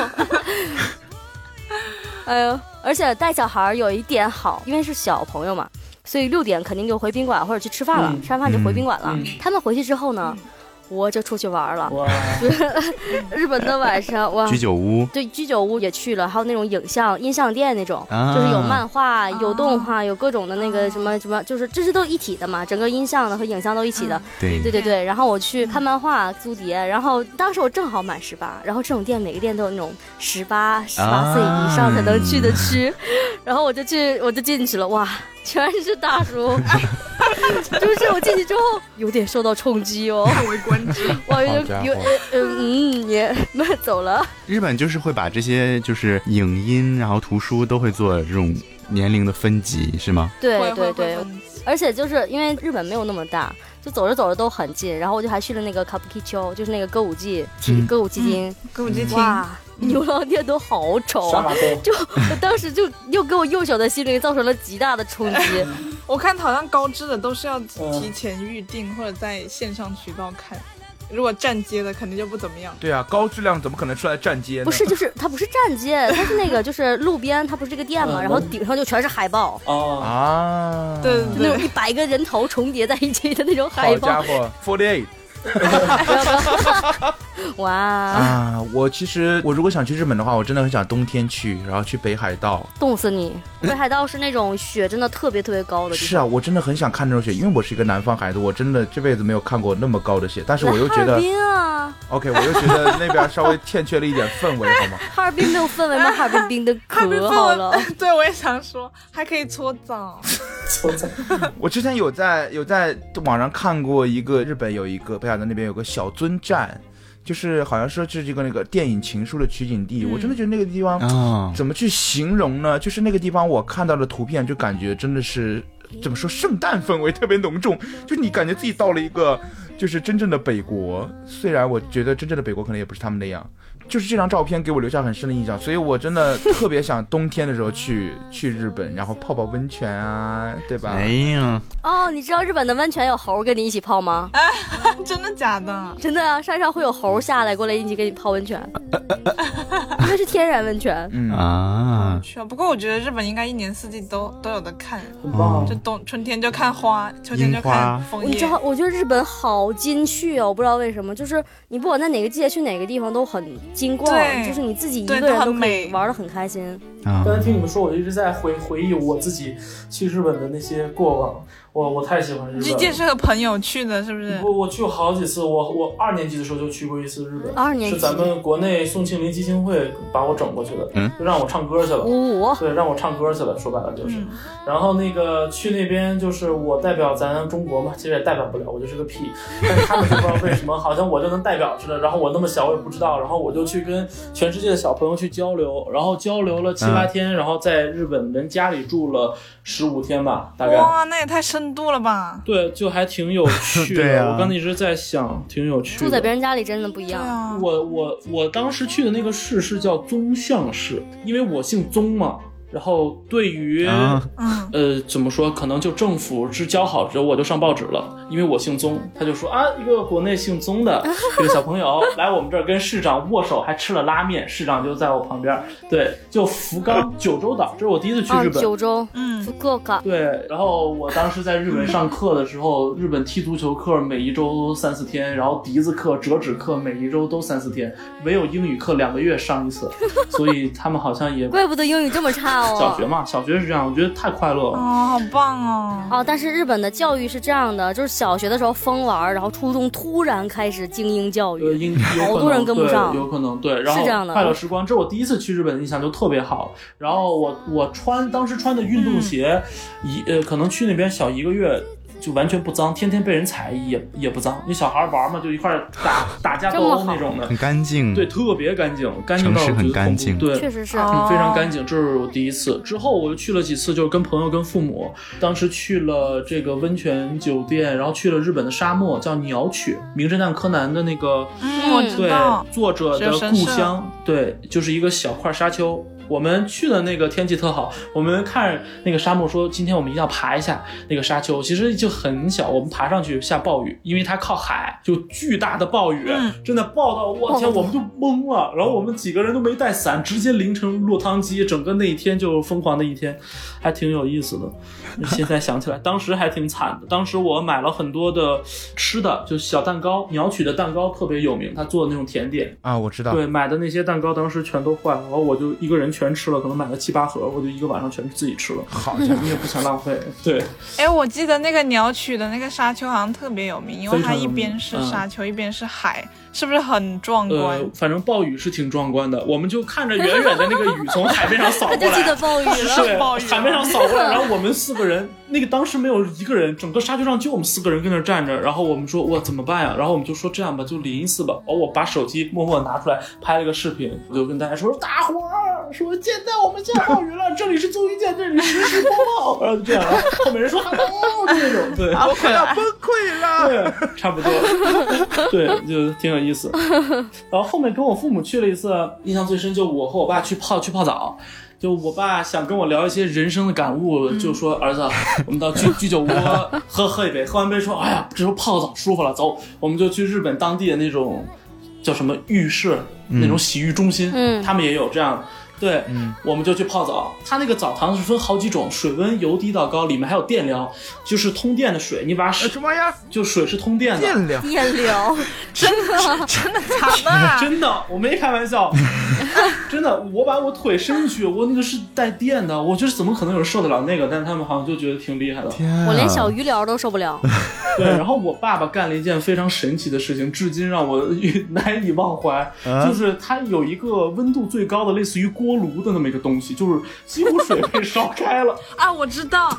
S3: 哎呦，而且带小孩儿有一点好，因为是小朋友嘛，所以六点肯定就回宾馆或者去吃饭了，
S4: 嗯
S3: 吃完饭就回宾馆了。
S4: 嗯
S3: 他们回去之后呢，我就出去玩儿了。
S4: 哇，
S3: 日本的晚上，哇
S1: 居，酒屋，
S3: 对，居酒屋也去了，还有那种影像、音像店那种，
S1: 啊
S3: 就是有漫画、有动画、有各种的那个什么什么，就是这是都一体的嘛，整个音像的和影像都一起的。
S1: 对
S3: 对对对，然后我
S5: 嗯
S3: 去看漫画、租碟，然后当时我正好满十八，然后这种店每个店都有那种十八、十
S2: 啊
S3: 八岁以上才能去的区，然后我就去，我就进去了，哇，全是大 叔，就是我进去之后有点受到冲击哦，
S5: 叹为观止。
S3: 哇，有
S2: 好家
S3: 点有呃呃嗯也那走了。
S1: 日本就是会把这些就是影音，然后图书都会做这种年龄的分级，是吗？
S3: 对
S5: 会
S3: 对
S5: 会
S3: 对
S5: 会，会
S3: 而且就是因为日本没有那么大，就走着走着都很近。然后我就还去了那个 k a b u k i c h o 就是那个歌舞伎体
S2: 嗯
S3: 歌舞伎町。
S5: 跟我这听，
S3: 哇，牛郎店都好丑
S4: 杀
S3: 啊！
S4: 马灯，
S3: 就我当时就又给我幼小的心灵造成了极大的冲击。
S5: 我看好像高知的都是要提前预定或者在线上渠道看，如果站街的肯定就不怎么样。
S2: 对啊，高质量怎么可能出来站街呢？
S3: 不是，就是它不是站街，它是那个就是路边，它不是这个店嘛，
S4: 嗯
S3: 然后顶上就全是海报，
S4: 啊，
S2: 啊，
S5: 对
S3: 就那
S5: 对
S3: 种
S5: 对，
S3: 一百个人头重叠在一起的那种
S2: 好
S3: 海
S2: 家
S3: 报。
S2: 伙，forty eight。
S3: 哇，
S2: 啊，我其实我如果想去日本的话，我真的很想冬天去，然后去北海道。
S3: 冻死你！北海道是那种雪真的特别特别高的地
S2: 是啊，
S3: 方。
S2: 我真的很想看那种雪，因为我是一个南方孩子，我真的这辈子没有看过那么高的雪。但是我又觉
S3: 哈尔
S2: 得
S3: 滨啊，
S2: ，OK，我又觉得那边稍微欠缺了一点氛围，好吗？
S3: 哈尔滨没有氛围吗？哈尔滨冰的
S5: 还没
S3: 可好了，
S5: 对我也想说，还可以搓澡，
S2: 我之前有在有在网上看过一个日本有一个北海道那边有个小樽站，就是好像说是这个那个电影《情书》的取景地，我真的觉得那个地方。
S1: 嗯
S3: 哦
S1: 啊，
S2: 怎么去形容呢？就是那个地方，我看到的图片就感觉真的是怎么说，圣诞氛围特别浓重，就你感觉自己到了一个就是真正的北国。虽然我觉得真正的北国可能也不是他们那样，就是这张照片给我留下很深的印象，所以我真的特别想冬天的时候去去日本，然后泡泡温泉啊，对吧？
S1: 哎呀，
S3: 哦，你知道日本的温泉有猴跟你一起泡吗？
S5: 真的假的？
S3: 真的啊，山上会有猴下来过来一起给你泡温泉， 那是天然温泉。
S2: 嗯
S1: 啊，
S5: 去啊！不过我觉得日本应该一年四季都都有的看，
S4: 很棒
S5: 就，冬春天就看花，秋天就看枫
S3: 你
S5: 叶
S3: 知。道，我觉得日本好精去哦，我不知道为什么，就是你不管在哪个季节去哪个地方都很精逛，
S5: 对
S3: 就是你自己一个
S5: 对
S3: 人
S5: 都
S3: 都
S5: 很
S3: 可以
S5: 美
S3: 玩的很开心。
S1: 啊
S4: 刚才听你们说，我一直在回回忆我自己去日本的那些过往，我我太喜欢日
S5: 你
S4: 本
S5: 去
S4: 了。
S5: 见识朋友去的，是不是？
S4: 我我去过好几次，我我二年级的时候就去过一次日本，
S3: 二年级
S4: 是咱们国内宋庆龄基金会把我整过去的，
S1: 嗯，
S4: 就让我唱歌去了。
S3: 五、
S4: 对，让我唱歌去了，说白了就是，
S5: 嗯
S4: 然后那个去那边就是我代表咱中国嘛，其实也代表不了，我就是个屁，但是他们就不知道为什么，好像我就能代表似的，然后我那么小我也不知道，然后我就去跟全世界的小朋友去交流，然后交流了
S1: 嗯
S4: 七八天，然后在日本人家里住了十五天吧，大概。
S5: 哇，那也太深度了吧！
S4: 对，就还挺有趣 的。
S1: 对啊
S4: 我刚才一直在想，挺有趣的。
S3: 住在别人家里真的不一
S5: 对
S3: 样。
S5: 啊，
S4: 我我我当时去的那个市是叫宗像市，因为我姓宗嘛。然后对于、
S1: 啊
S5: 嗯，
S4: 呃怎么说，可能就政府之交好之后，我就上报纸了，因为我姓宗。他就说啊，一个国内姓宗的这个小朋友 来我们这儿跟市长握手，还吃了拉面，市长就在我旁边儿。对，就福冈九州岛，这是我第一次去
S3: 啊，
S4: 日本。
S3: 九州，
S5: 嗯
S3: 福岡，
S4: 对，然后我当时在日本上课的时候，日本踢足球课每一周三四天，然后笛子课、折纸课每一周都三四天，唯有英语课两个月上一次，所以他们好像也
S3: 怪不得英语这么差哦。
S4: 小学嘛，小学是这样，我觉得太快乐了。
S5: 哦，好棒哦！
S3: 哦，但是日本的教育是这样的，就是小学的时候疯玩儿，然后初中突然开始精英教
S4: 呃，
S3: 育。
S4: 应有可能
S3: 好多人跟不上
S4: 对有可能对，然后
S3: 这样的
S4: 快乐时光，这是我第一次去日本，印象就特别好。然后我我穿当时穿的运动鞋，一呃可能去那边小一个月。就完全不脏，天天被人踩也也不脏。因为小孩玩嘛，就一块儿 打打架斗
S3: 这么
S4: 殴
S3: 好
S4: 那种的
S1: 很，干净，
S4: 对，特别干净，干净到
S1: 嗯城市
S4: 我觉
S1: 很
S4: 得
S1: 干
S4: 恐怖
S1: 净
S4: 对，
S3: 确实是。
S5: 哦
S4: 嗯，非常干净，这是我第一次。之后我又去了几次，就是跟朋友、跟父母，当时去了这个温泉酒店，然后去了日本的沙漠，叫鸟取，《名侦探柯南》的那个，
S5: 嗯，我知
S4: 对
S5: 道，，
S4: 作者的
S5: 只有神
S4: 故
S5: 社
S4: 乡，对，就是一个小块沙丘。我们去的那个天气特好，我们看着那个沙漠说，今天我们一定要爬一下那个沙丘。其实就很小，我们爬上去下暴雨，因为它靠海，就巨大的暴雨，
S5: 嗯
S4: 真的暴到我天，
S3: 暴雨
S4: 我们就懵了。然后我们几个人都没带伞，直接淋成落汤鸡，整个那一天就疯狂的一天，还挺有意思的。现在想起来，当时还挺惨的。当时我买了很多的吃的，就小蛋糕，鸟取的蛋糕特别有名，他做的那种甜点。
S2: 啊，我知道，
S4: 对，买的那些蛋糕当时全都坏了，然后我就一个人全吃了，可能买了七八盒，我就一个晚上全自己吃了。
S2: 好
S4: 家伙，你也不想浪费，对，
S5: 哎，我记得那个鸟取的那个沙丘好像特别有名，因为
S4: 非
S5: 它
S4: 常有
S5: 一
S4: 名
S5: 边是
S4: 嗯
S5: 沙丘，一边是海，是不是很壮观？
S4: 呃，反正暴雨是挺壮观的，我们就看着远远的那个雨从海面上扫
S3: 他
S4: 过
S3: 就记
S4: 来
S3: 得。暴雨了，
S4: 对，
S5: 暴雨
S4: 海面上扫过来，然后我们四个人，那个当时没有一个人，整个沙丘上就我们四个人跟那儿站着，然后我们说哇怎么办呀？然后我们就说这样吧，就淋一次吧。哦，我把手机默默拿出来拍了个视频，我就跟大家说大伙儿说现在我们下暴雨了，这里是综艺见，这里实时播报，然 后就这样，然后后面人说 hello 就那种，对，
S2: 我快要崩溃了。
S4: 对，差不多，对，就挺有意思。然后后面跟我父母去了一次，印象最深就我和我爸去泡去泡澡。就我爸想跟我聊一些人生的感悟，就说儿子，我们到居居酒屋喝喝一杯，喝完杯说，哎呀，这时候泡澡舒服了，走，我们就去日本当地的那种叫什么浴室，那种洗浴中心，
S3: 嗯
S4: 他们也有这样。对，我们就去泡澡。它那个澡堂是分好几种，水温由低到高，里面还有电疗，就是通电的水，你把
S2: 呃
S4: 水
S2: 什么呀？
S4: 就水是通电的，
S2: 电疗
S3: 电 流，
S5: 真的假 的？
S4: 真的，我没开玩 笑，真的，我把我腿伸进去，我那个是带电的，我觉得怎么可能有人受得了那个？但是他们好像就觉得挺厉害的。
S3: 我连小鱼疗都受 不了。
S4: 啊对，然后我爸爸干了一件非常神奇的事情，至今让我呃难以忘怀，就是他有一个温度最高的，类似于锅炉的那么一个东西，就是几乎水被烧开了，
S5: 啊，我知道，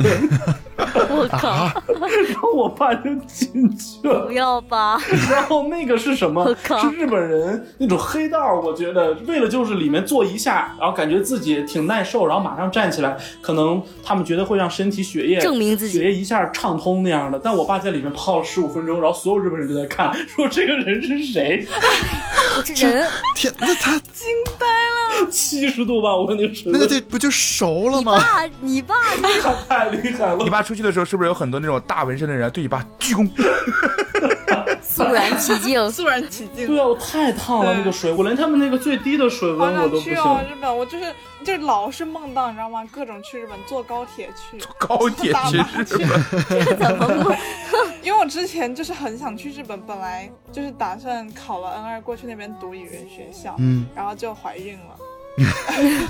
S3: 我靠，
S4: 然后我爸就进去了
S3: 不。要吧！
S4: 然后那个是什么
S3: 我？靠
S4: 是日本人那种黑道儿，我觉得为了就是里面坐一下，然后感觉自己挺耐受，然后马上站起来，可能他们觉得会让身体血液
S3: 证明自己
S4: 血液一下畅通那样的。但我爸在里面泡了十五分钟，然后所有日本人都在看，说这个人是谁？
S3: 我这人，
S1: 天，那他
S4: 七十度吧，我那个水
S1: 那
S4: 温
S1: 个这不就熟了
S3: 你
S1: 吗？
S3: 爸，啊你爸，
S4: 太太厉害了
S2: 你。爸出去的时候，是不是有很多那种大纹身的人对你爸鞠躬？
S3: 肃然起 敬。
S5: 肃然起敬。
S4: 对啊，我太烫了
S5: 对
S4: 那个水，我连他们那个最低的水
S5: 好
S4: 温我
S5: 想
S4: 都不
S5: 去
S4: 行。
S5: 哦，日本！我就是就是老是梦到，你知道吗？各种去日本，坐高铁去，
S2: 高铁
S5: 打
S2: 去
S5: 麻
S2: 日
S5: 将
S2: 本，
S5: 因为我之前就是很想去日本，本来就是打算考了 N 二过去那边读语言学校，
S1: 嗯，
S5: 然后就怀孕了。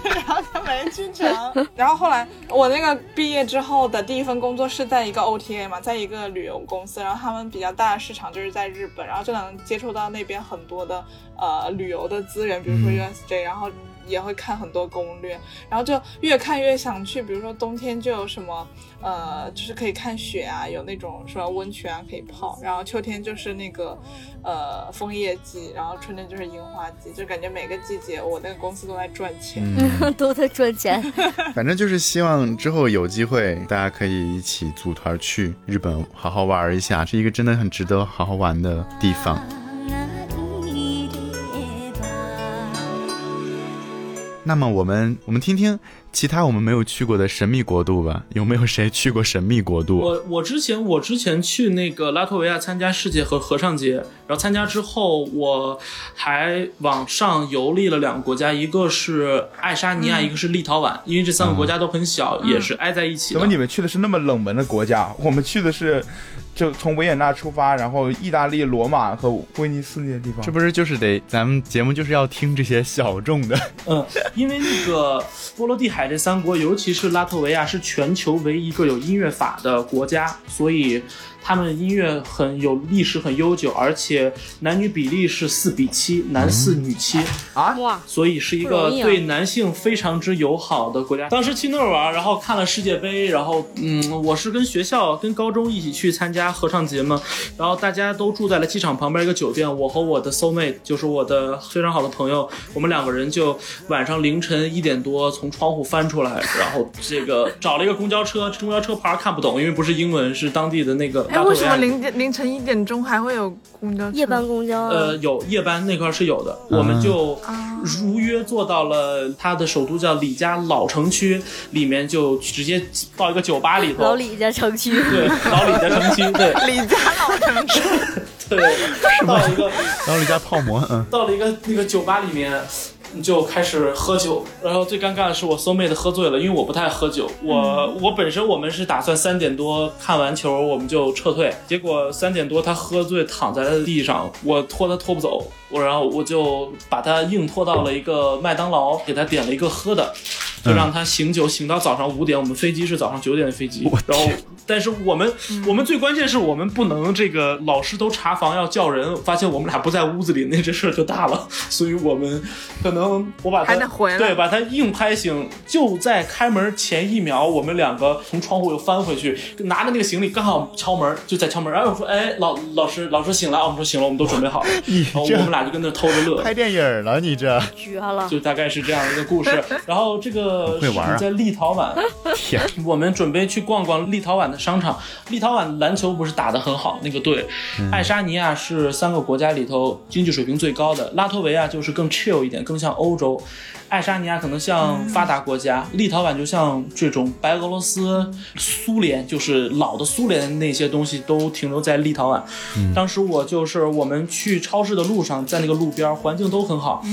S5: 然后就没去成。然后后来我那个毕业之后的第一份工作是在一个 OTA 嘛，在一个旅游公司，然后他们比较大的市场就是在日本，然后就能接触到那边很多的呃旅游的资源，比如说 USJ，、然后也会看很多攻略，然后就越看越想去，比如说冬天就有什么呃，就是可以看雪啊，有那种什么温泉啊可以泡，然后秋天就是那个呃枫叶季，然后春天就是樱花季，就感觉每个季节我那个公司都在赚钱。
S4: 嗯
S3: 都在赚钱，
S1: 反正就是希望之后有机会，大家可以一起组团去日本好好玩一下，是一个真的很值得好好玩的地方。那么我们我们听听其他我们没有去过的神秘国度吧，有没有谁去过神秘国度？
S4: 我我之前我之前去那个拉脱维亚参加世界和合唱节，然后参加之后，我还往上游历了两个国家，一个是爱沙
S2: 嗯
S4: 尼亚，一个是立陶宛，因为这三个国家都很小，也是挨在一起
S2: 怎
S4: 的。
S2: 么你们去的是那么冷门的国家？我们去的是，就从维也纳出发，然后意大利罗马和威尼斯那些地方。
S1: 这不是 就是得咱们节目就是要听这些小众的，
S4: 嗯，因为那个波罗的海这三国，尤其是拉脱维亚，是全球唯一一个有音乐法的国家，所以他们音乐很有历史很悠久，而且男女比例是四比七，男四
S2: 嗯
S4: 女七。
S3: 哇，
S4: 所以是一
S3: 不
S4: 个
S3: 容易啊
S4: 对男性非常之友好的国家。当时去那儿玩，然后看了世界杯，然后嗯，我是跟学校跟高中一起去参加合唱节嘛，然后大家都住在了机场旁边一个酒店，我和我的 soul mate 就是我的非常好的朋友，我们两个人就晚上凌晨一点多从窗户翻出来，然后这个找了一个公交车，公交车牌看不懂，因为不是英文，是当地的那个
S5: 哎，
S4: 拉脱维亚语。
S5: 为什么凌凌晨一点钟还会有公交车？
S3: 夜班公交啊，
S4: 呃，
S5: 嗯
S4: 有夜班那块儿是有的，我们就
S5: 啊
S4: 如约坐到了它的首都叫里加老城区里面，就直接到一个酒吧里头，
S3: 老李家城区，
S4: 对，老李家城区，对
S5: 李家老城区，
S4: 对，到一个
S1: 然后人家泡馍，嗯，
S4: 到了一个那个酒吧里面，就开始喝酒。然后最尴尬的是我 soul mate 喝醉了，因为我不太喝酒。我我本身我们是打算三点多看完球我们就撤退，结果三点多他喝醉躺在了地上，我拖他拖不走，我然后我就把他硬拖到了一个麦当劳，给他点了一个喝的。就让他醒酒，醒到早上五点。我们飞机是早上九点的飞机，然后，但是我们、我们最关键是我们不能这个老师都查房要叫人，发现我们俩不在屋子里，那这事儿就大了。所以我们可能我把他
S5: 还得回来
S4: 对，把他硬拍醒。就在开门前一秒，我们两个从窗户又翻回去，拿着那个行李刚好敲门，就在敲门。然后我说：“哎，老老师，老师醒了。”我们说：“醒了，我们都准备好了。”
S1: 你
S4: 然后
S1: 这
S4: 我们俩就跟那偷着乐。
S1: 拍电影了，你这
S3: 绝了！
S4: 就大概是这样一个故事，然后这个
S1: 会玩啊
S4: 是在立陶宛，
S1: 天，
S4: 我们准备去逛逛立陶宛的商场。立陶宛篮球不是打得很好，那个队，
S1: 嗯
S4: 爱沙尼亚是三个国家里头经济水平最高的，拉脱维亚就是更 chill 一点，更像欧洲，爱沙尼亚可能像发达国家，立陶宛就像这种白俄罗斯、苏联，就是老的苏联那些东西都停留在立陶宛。当时我就是我们去超市的路上，在那个路边儿环境都很好，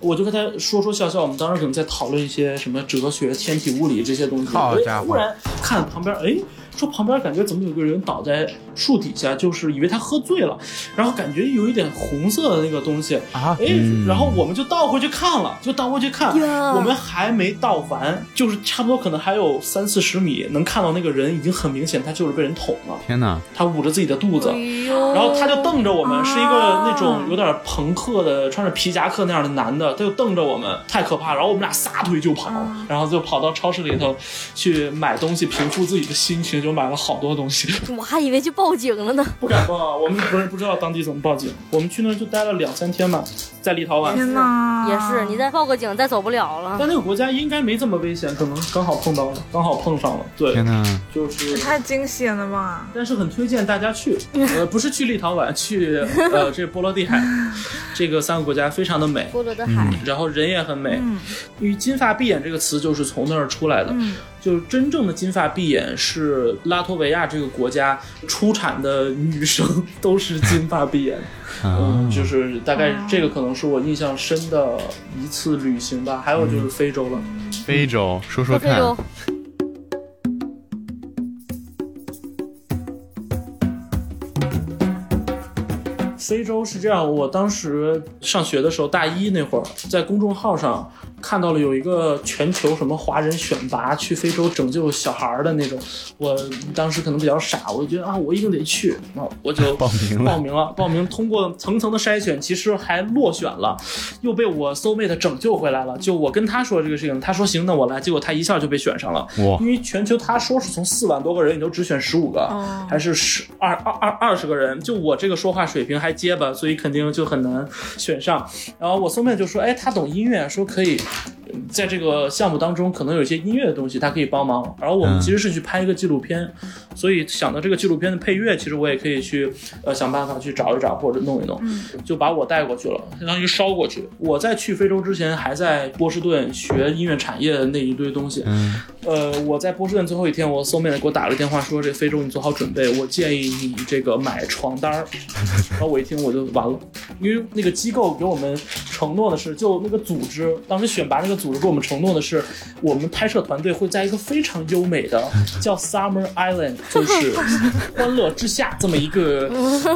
S4: 我就跟他说说笑笑，我们当时可能在讨论一些什么哲学、天体物理这些东西。
S2: 好
S4: 哎
S2: 家伙
S4: 忽然看旁边，哎，说旁边感觉怎么有个人倒在树底下，就是以为他喝醉了，然后感觉有一点红色的那个东西
S2: 啊
S4: 哎，然后我们就倒回去看了，就倒回去看
S3: 呀
S4: 我们还没倒完，就是差不多可能还有三四十米，能看到那个人已经很明显，他就是被人捅了，
S1: 天哪，
S4: 他捂着自己的肚子。
S3: 哎呦，
S4: 然后他就瞪着我们，
S5: 啊
S4: 是一个那种有点朋克的，穿着皮夹克那样的男的，他就瞪着我们，太可怕。然后我们俩撒腿就跑，然后就跑到超市里头去买东西，平复自己的心情，就买了好多东西。
S3: 我还以为去报警了呢。
S4: 不敢报，啊我们不是不知道当地怎么报警，我们去那儿就待了两三天吧，在立陶宛。
S5: 天哪！
S3: 也是，你再报个警，再走不了了。
S4: 但那个国家应该没这么危险，可能刚好碰到了，刚好碰上了。对
S1: 天，哪，
S4: 就是
S5: 这太惊险了吧！
S4: 但是很推荐大家去，呃，不是去立陶宛，去呃这波罗的海，这个三个国家非常的美，
S3: 波罗的海，
S4: 然后人也很美。因为金发碧眼这个词就是从那儿出来的，就是真正的金发碧眼是拉脱维亚这个国家出产的女生都是金发碧眼，嗯，就是大概这个可能是我印象深的一次旅行吧。还有就是非洲了，
S1: 非洲，说说
S3: 在非
S1: 看，
S3: 洲，
S4: 非洲是这样，我当时上学的时候，大一那会儿，在公众号上看到了有一个全球什么华人选拔去非洲拯救小孩儿的那种，我当时可能比较傻，我就觉得啊，我一定得去，啊，我 就
S1: 报名了
S4: 报名了，报名通过层层的筛选，其实还落选了，又被我 soul mate 拯救回来了。就我跟他说这个事情，他说行，那我来，结果他一下就被选上了。
S1: 哇
S4: 因为全球他说是从四万多个人，你都只选十五个，还是十二二二二十个人，就我这个说话水平还结巴，所以肯定就很难选上。然后我 soul mate 就说，哎，他懂音乐，说可以。嗯在这个项目当中，可能有一些音乐的东西，他可以帮忙。然后我们
S1: 嗯
S4: 其实是去拍一个纪录片，所以想到这个纪录片的配乐，其实我也可以去呃想办法去找一找或者弄一弄，就把我带过去了，相当于捎过去。我在去非洲之前，还在波士顿学音乐产业的那一堆东西。
S1: 嗯
S4: 呃，我在波士顿最后一天，我 soul mate 给我打了个电话说，这非洲你做好准备，我建议你这个买床单儿。然后我一听我就完了，因为那个机构给我们承诺的是，就那个组织当时选拔那个组织给我们承诺的是，我们拍摄团队会在一个非常优美的叫 Summer Island，就是欢乐之夏这么一个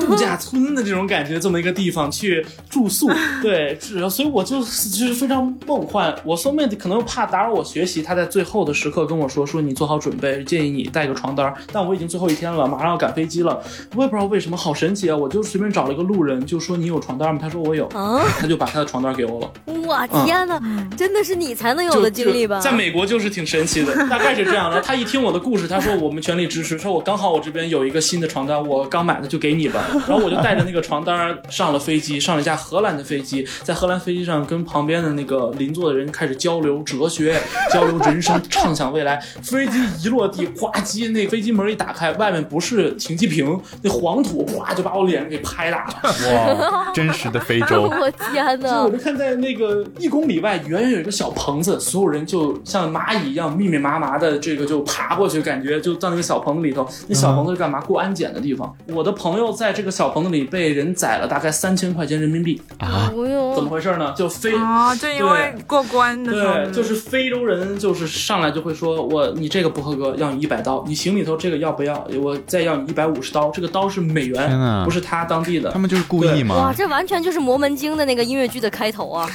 S4: 度假村的这种感觉，这么一个地方去住宿。对，是所以我就就是非常梦幻。我 soul mate 可能怕打扰我学习，他在最后的时刻跟我说说你做好准备，建议你带个床单儿。但我已经最后一天了，马上要赶飞机了，我也不知道为什么，好神奇啊！我就随便找了一个路人，就说你有床单吗？他说我有，
S3: 啊！
S4: 他就把他的床单给我了。
S3: 哇天哪，真的是你才能有
S4: 就
S3: 的经历吧
S4: 啊就？在美国就是挺神奇的，大概是这样的。他一听我的故事，他说我们全力支持，说我刚好我这边有一个新的床单，我刚买的就给你吧。然后我就带着那个床单上了飞机，上了一架荷兰的飞机，在荷兰飞机上跟旁边的那个邻座的人开始交流哲学，交流人生，畅想未来。飞机一落地，呱唧，那飞机门一打开，外面不是停机坪，那黄土哗就把我脸给拍打了。
S1: 哇，真实的非 洲，
S3: 我天
S4: 所以
S3: 哪
S4: 我！就看在那个一公里外，远远有一个小棚子，所有人就像蚂蚁一样密密麻麻的，这个就爬过去，感觉就到那个小棚子里头。那小
S1: 嗯
S4: 棚子是干嘛？过安检的地方。我的朋友在这个小棚子里被人宰了，大概三千块钱人民币。
S3: 不
S4: 啊怎么
S3: 用，
S4: 回事呢？就非
S5: 哦，就因为过关的时候，
S4: 对，就是非洲人，就是上来就会说我你这个不合格，要你一百刀；你行李头这个要不要？我再要你一百五十刀。这个刀是美
S1: 天
S4: 元
S1: 哪，
S4: 不是他当地的
S1: 他。们就是故意
S3: 哇，
S1: 吗？
S3: 这完全就是《魔门经》的那个音乐剧的开头 啊！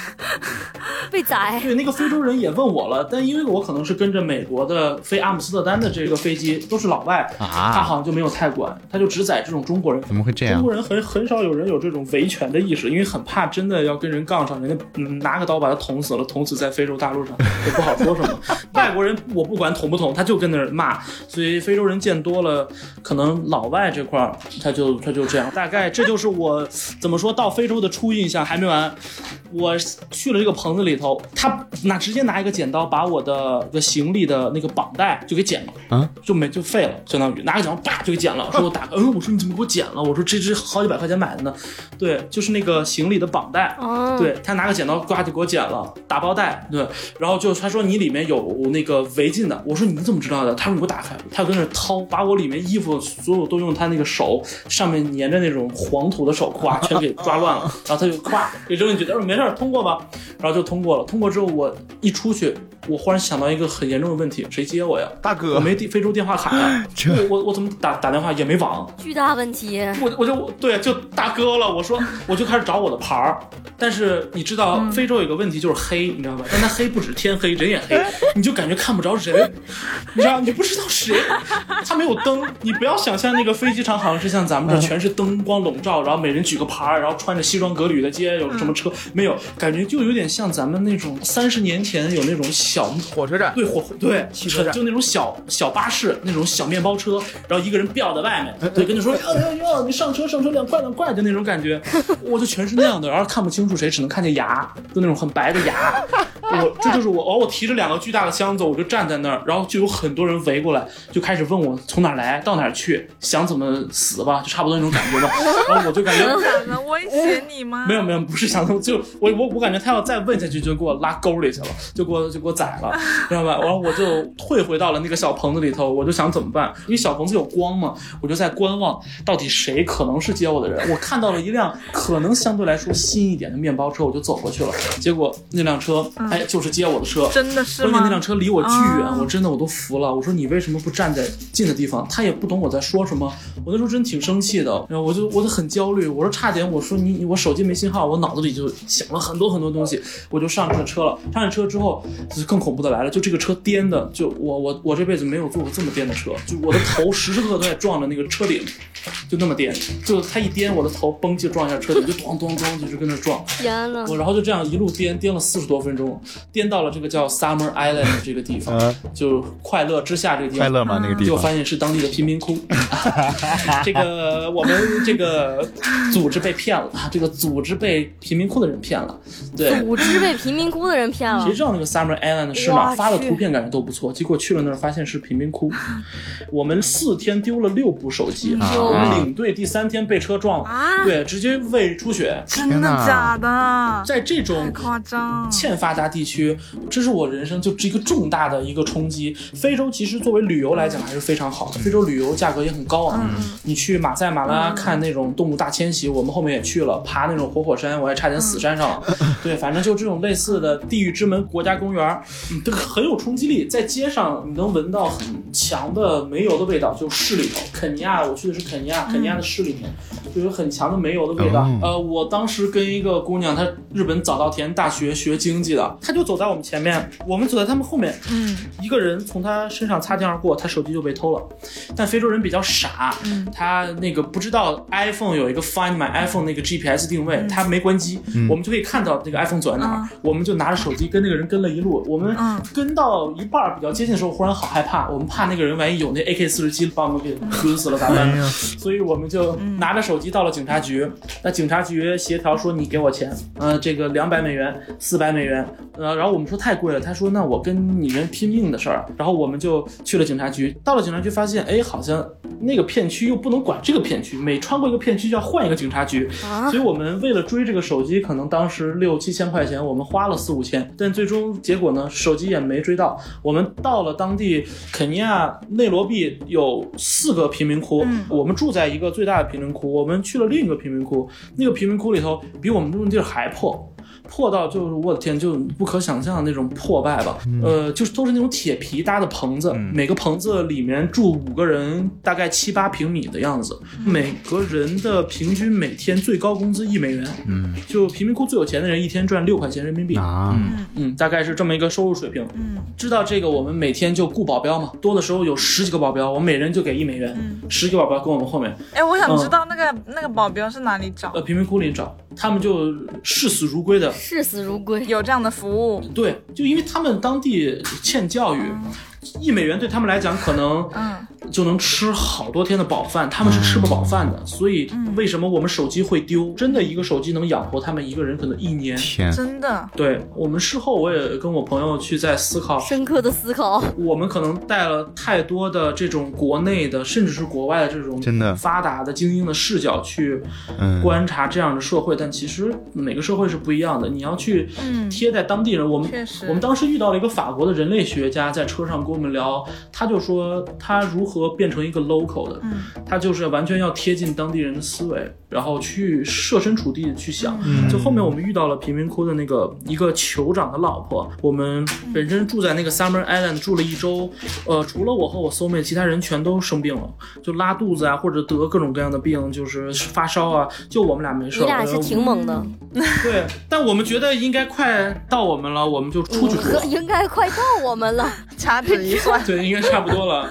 S3: 被宰，
S4: 对，那个非洲人也问我了，但因为我可能是跟着美国的飞阿姆斯特丹的这个飞机，都是老外，
S1: 啊
S4: 他好像就没有太管，他就只宰这种中国人。
S1: 怎么会这
S4: 中
S1: 样
S4: 国？人很很少有人有这种维权的意识，因为很怕真的要跟人杠上，人家嗯拿个刀把他捅死了，捅死在非洲大陆上 也不好 说什么。外国人我不管捅不捅，他就跟那儿骂，所以非洲人见多了，可能老外这块儿他就他就这样。大概这就是我怎么说到非洲的初印象还没完，我去了这个棚子里头，他拿直接拿一个剪刀把我的个行李的那个绑带就给剪了，
S1: 嗯，
S4: 就没就废了，相当于拿个剪刀叭就给剪了。说我打开，嗯，我说你怎么给我剪了？我说这只好几百块钱买的呢，对，就是那个行李的绑带，
S3: 哦
S4: 对他拿个剪刀呱就给我剪了，打包带，对，然后就他说你里面有那个违禁的，我说你怎么知道的？他说你给我打开，他跟那掏，把我里面衣服所有都用他那个手上面粘着那种黄土的手夸全给抓乱了，然后他就夸给扔进去，他说没事儿通过吧，然后就通过了，通过之后我一出去，我忽然想到一个很严重的问题，谁接我呀？
S2: 大哥
S4: 我没地非洲电话卡呀，
S1: 这
S4: 我我我怎么打打电话也没网，
S3: 巨大问题。
S4: 我我就对啊就大哥了，我说我就开始找我的牌儿，但是你知道非洲有个问题就是黑，你知道吧？但它黑不止天黑，人也黑，你就感觉看不着人，你知道你不知道谁，它没有灯，你不要想象那个飞机场好像是像咱们这儿全是灯光笼罩，然后每人举个牌儿，然后穿着西装革履的街有什么车没有，感觉就有点像咱们那种三十年前有那种小
S2: 火车站
S4: 对火对
S2: 汽车站
S4: 就那种小小巴士那种小面包车，然后一个人吊在外
S2: 嗯
S4: 面，对，跟他说哎哟哟哟，你上车上车两块两块，就那种感觉，我就全是那样的，然后看不清楚谁，只能看见牙，就那种很白的牙。我这就是我，哦，我提着两个巨大的箱子，我就站在那儿，然后就有很多人围过来，就开始问我从哪儿来到哪儿去，想怎么死吧，就差不多那种感觉吧。然后我就感觉
S5: 想着威胁你吗？
S4: 没有没有，不是想通，就我我我感觉他要再问下去，就给我拉沟里去了，就给我就给我宰了，知道吧？然后我就退回到了那个小棚子里头，我就想怎么办？因为小棚子有光嘛，我就在观望，到底谁可能是接我的人？我看到了一辆可能相对来说新一点的面包车，我就走过去了。结果那辆车，哎，就是接我的车，
S5: 真的是
S4: 关
S5: 吗？
S4: 键那辆车离我巨远，
S5: 啊
S4: 我真的我都服了。我说你为什么不站在近的地方？他也不懂我在说什么。我那时候真挺生气的，然后我就我就很焦虑。我说差点，我说你你我手机没信号，我脑子里就想了很多很多东西。我就上这车了，上了车之后，就是更恐怖的来了，就这个车颠的，就我我我这辈子没有坐过这么颠的车，就我的头时时刻刻都在撞着那个车顶，就那么颠，就他一颠，我的头嘣就撞一下车顶，就咣咣咣，就是跟那撞。
S3: 天哪！
S4: 我然后就这样一路颠颠了四十多分钟，颠到了这个叫 Summer Island 的这个地方， 就快乐之下这个地
S1: 嗯
S4: 方。
S1: 快乐吗？那个地
S4: 就
S1: 方
S4: 发现是当地的贫民 窟，这个我们这个组织被骗了，这个组织被贫民窟的人骗了，对，
S3: 组织被贫民窟的人骗了
S4: 谁，知道那个 Summer Island 是哪
S3: 哇
S4: 儿发的
S3: 去
S4: 图片，感觉都不错，结果去了那儿发现是贫民窟。我们四天丢了六部手机，
S3: 哎呦
S4: 我们领队第三天被车撞了，
S5: 啊
S4: 对，直接胃出血。
S5: 真的假的？
S4: 在这种
S5: 夸张！
S4: 欠发达地地区，这是我人生就是一个重大的一个冲击。非洲其实作为旅游来讲还是非常好的，非洲旅游价格也很高昂。你去马赛马拉看那种动物大迁徙，我们后面也去了，爬那种活火山，我还差点死山上了。对，反正就这种类似的地狱之门国家公园，嗯这个很有冲击力。在街上你能闻到很强的煤油的味道，就市里头，肯尼亚，我去的是肯尼亚，肯尼亚的市里面就有很强的煤油的味道。
S1: 哦
S4: 呃，我当时跟一个姑娘，她日本早稻田大学学经济的，她就走在我们前面，我们走在他们后面，
S5: 嗯，
S4: 一个人从她身上擦肩而过，她手机就被偷了。但非洲人比较傻，他那个不知道 iPhone 有一个 Find My iPhone 那个 GPS 定位，他没关机，我们就可以看到那个 iPhone 走在哪儿，我们就拿着手机跟那个人跟了一路，我们
S5: 嗯
S4: 跟到一半儿比较接近的时候，忽然好害怕，我们怕那个人万一有那 AK 四十七把我们给抡死了咋办？所以我们就拿着手机到了警察局，那警察局协调说你给我钱，呃，这个两百美元、四百美元，呃，然后我们说太贵了，他说那我跟你人拼命的事儿，然后我们就去了警察局，到了警察局发现，哎，好像那个片区又不能管这个片区，每穿过一个片区就要换一个警察局，所以我们为了追这个手机，可能当时六七千块钱，我们花了四五千，但最终结果呢，手机也没追到。我们到了当地肯尼亚内罗毕有四个贫民窟，我们住在一个最大的贫民窟，我们去了另一个贫民窟，那个贫民窟里头比我们住的地儿还破。破到就是我的天，就不可想象的那种破败吧。呃，就是都是那种铁皮搭的棚子，每个棚子里面住五个人，大概七八平米的样子。每个人的平均每天最高工资一美元，嗯，就贫民窟最有钱的人一天赚六块钱人民币，
S1: 啊，
S4: 嗯，大概是这么一个收入水平。嗯，知道这个，我们每天就雇保镖嘛，多的时候有十几个保镖，我们每人就给一美元，十几个保镖跟我们后面，
S5: 哎，我想
S4: 嗯
S5: 知道那个那个保镖是哪里找
S4: 呃，？贫民窟里找，他们就视死如归的
S3: 视死如归。
S5: 有这样的服务？
S4: 对，就因为他们当地欠教育，一美元对他们来讲可能
S5: 嗯
S4: 就能吃好多天的饱饭，他们是吃不饱饭的。所以为什么我们手机会丢？真的一个手机能养活他们一个人可能一年。
S1: 天，
S5: 真的，
S4: 对我们事后我也跟我朋友去在思考，
S3: 深刻的思考，
S4: 我们可能带了太多的这种国内的，甚至是国外的这种
S1: 真的
S4: 发达的精英的视角去
S1: 嗯
S4: 观察这样的社会，但其实每个社会是不一样的。你要去
S5: 嗯
S4: 贴在当地人，我们
S5: 确实
S4: 我们当时遇到了一个法国的人类学家，在车上跟我们聊，他就说他如何变成一个 local 的，
S5: 嗯
S4: 他就是完全要贴近当地人的思维，然后去设身处地的去想。
S1: 嗯
S4: 就后面我们遇到了贫民窟的那个一个酋长的老婆，我们本身住在那个 Summer Island 住了一周，呃，除了我和我 soul mate，其他人全都生病了，就拉肚子啊，或者得各种各样的病，就是发烧啊，就我们俩没事
S3: 你
S4: 儿。
S3: 俩是
S4: 呃
S3: 挺猛的，
S2: 嗯
S4: 对，但我们觉得应该快到我们了，我们就出去住了。
S3: 应该快到我们了。
S5: 掐指一 算，
S4: 对，应该差不多了。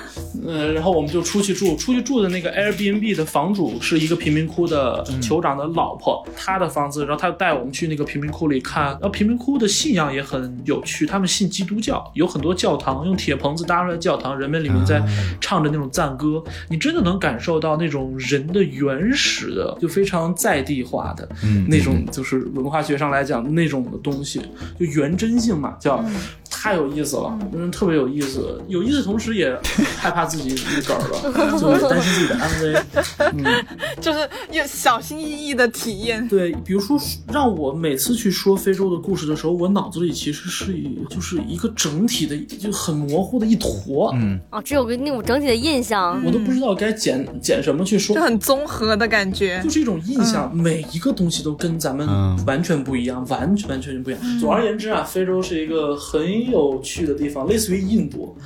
S4: 呃，然后我们就出去住，出去住的那个 Airbnb 的房主是一个贫民窟的酋长的老婆，她的房子，然后她带我们去那个贫民窟里看，然后贫民窟的信仰也很有趣，他们信基督教，有很多教堂，用铁棚子搭出来的教堂，人们里面在唱着那种赞歌，你真的能感受到那种人的原始的，就非常在地化的，
S1: 嗯
S4: 那种就是文化学上来讲那种的东西，就原真性嘛，叫太有意思了，嗯，特别有意思，有意思同时也害怕自己一梗了，就是担心自己的安危。
S5: 就是要小心翼翼的体验。
S4: 对，比如说让我每次去说非洲的故事的时候，我脑子里其实是一就是一个整体的，就很模糊的一坨，
S1: 嗯，
S3: 哦，只有个那种整体的印
S2: 嗯
S3: 象。
S4: 我都不知道该捡捡什么去说
S5: 就。很综合的感觉
S4: 就。是一种印象，
S2: 嗯
S4: 每一个东西都跟咱们
S1: 嗯
S4: 完全不一样，完全完全不一
S2: 嗯
S4: 样。总而言之啊，非洲是一个很有趣的地方，类似于印度。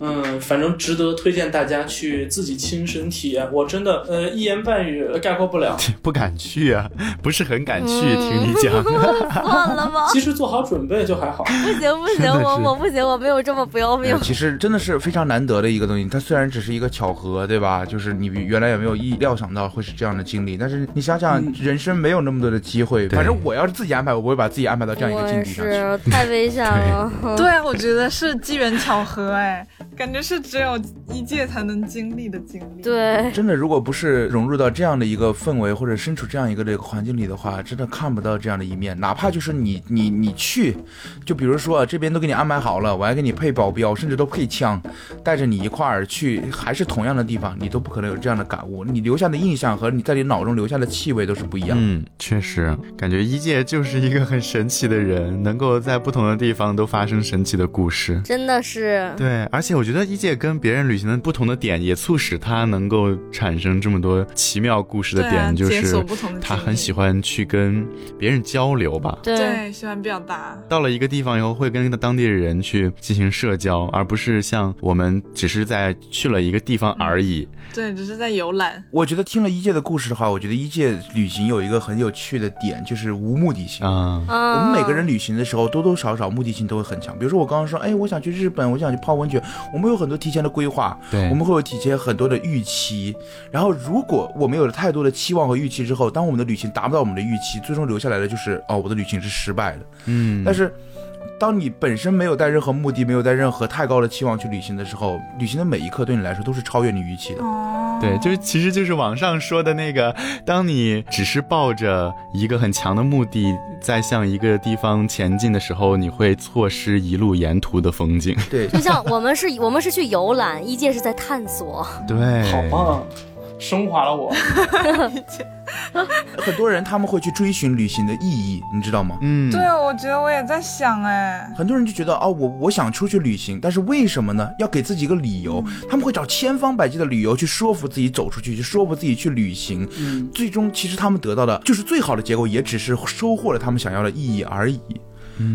S4: 嗯，反正值得推荐大家去自己亲身体验。我真的，呃，一言半语概括不了。
S1: 不敢去啊， 不是很敢去，听
S5: 嗯
S1: 你讲，
S3: 算 了吧，
S4: 其实做好准备就还好。
S3: 不行不行，我我不行，我没有这么不要命。
S2: 呃其实真的是非常难得的一个东西。它虽然只是一个巧合，对吧？就是你原来也没有意料想到会是这样的经历，但是你想想，人生没有那么多的机会。
S1: 对
S2: 反正我要是自己安排，我不会把自己安排到这样一个啊
S3: 我
S2: 境
S3: 也
S2: 地上去。
S3: 是太危险了。
S5: 对，我觉得是机缘巧合哎，感觉是只有一届才能经历的经历。，
S3: 对，
S2: 真的，如果不是融入到这样的一个氛围，或者身处这样一个这个环境里的话，真的看不到这样的一面。哪怕就是你你你去，就比如说啊，这边都给你安排好了，我还给你配保镖，甚至都配枪，带着你一块儿去，还是同样的地方，你都不可能有这样的感悟。你留下的印象和你在你脑中留下的气味都是不一样的。
S1: 嗯，确实，感觉一介就是一个很神奇的人，能够在不同的地方都发生神奇的故事。
S3: 真的是
S1: 对，而且我觉得一介跟别人旅行的不同的点，也促使他能够产生这么多奇妙故事的
S5: 对
S1: 点，
S5: 啊
S1: 就
S5: 解
S1: 是
S5: 锁不同的
S1: 他
S5: 经
S1: 很
S5: 历
S1: 喜欢去跟别人交流吧。
S3: 对
S5: 对，喜欢表达。
S1: 到了一个地方以后，会跟当地的人去进行社交，而不是像我们只是在去了一个地方而已。
S5: 对，只是在游览。
S2: 我觉得听了一届的故事的话，我觉得一届旅行有一个很有趣的点，就是无目的性。
S1: 啊、
S3: 啊，
S2: 我们每个人旅行的时候，多多少少目的性都会很强。比如说我刚刚说，哎，我想去日本，我想去泡温泉，我们有很多提前的规划，
S1: 对
S2: 我们会有提前很多的预期。然后，如果我们有了太多的期望和预期之后，当我们的旅行达不到我们的预期，最终留下来的就是哦，我的旅行是失败的。
S1: 嗯，
S2: 但是，当你本身没有带任何目的，没有带任何太高的期望去旅行的时候，旅行的每一刻对你来说都是超越你预期的。
S5: 哦，
S1: 对，就是其实就是网上说的那个，当你只是抱着一个很强的目的在向一个地方前进的时候，你会错失一路沿途的风景。
S2: 对，
S3: 就像我们是，我们是去游览，一届是在探索。
S1: 对，
S4: 好棒，升华了我。
S2: 很多人他们会去追寻旅行的意义，你知道吗？
S1: 嗯，
S5: 对，我觉得我也在想，哎，
S2: 很多人就觉得哦，我我想出去旅行，但是为什么呢？要给自己一个理由，他们会找千方百计的理由去说服自己走出去，去说服自己去旅行。
S4: 嗯，
S2: 最终，其实他们得到的就是最好的结果，也只是收获了他们想要的意义而已。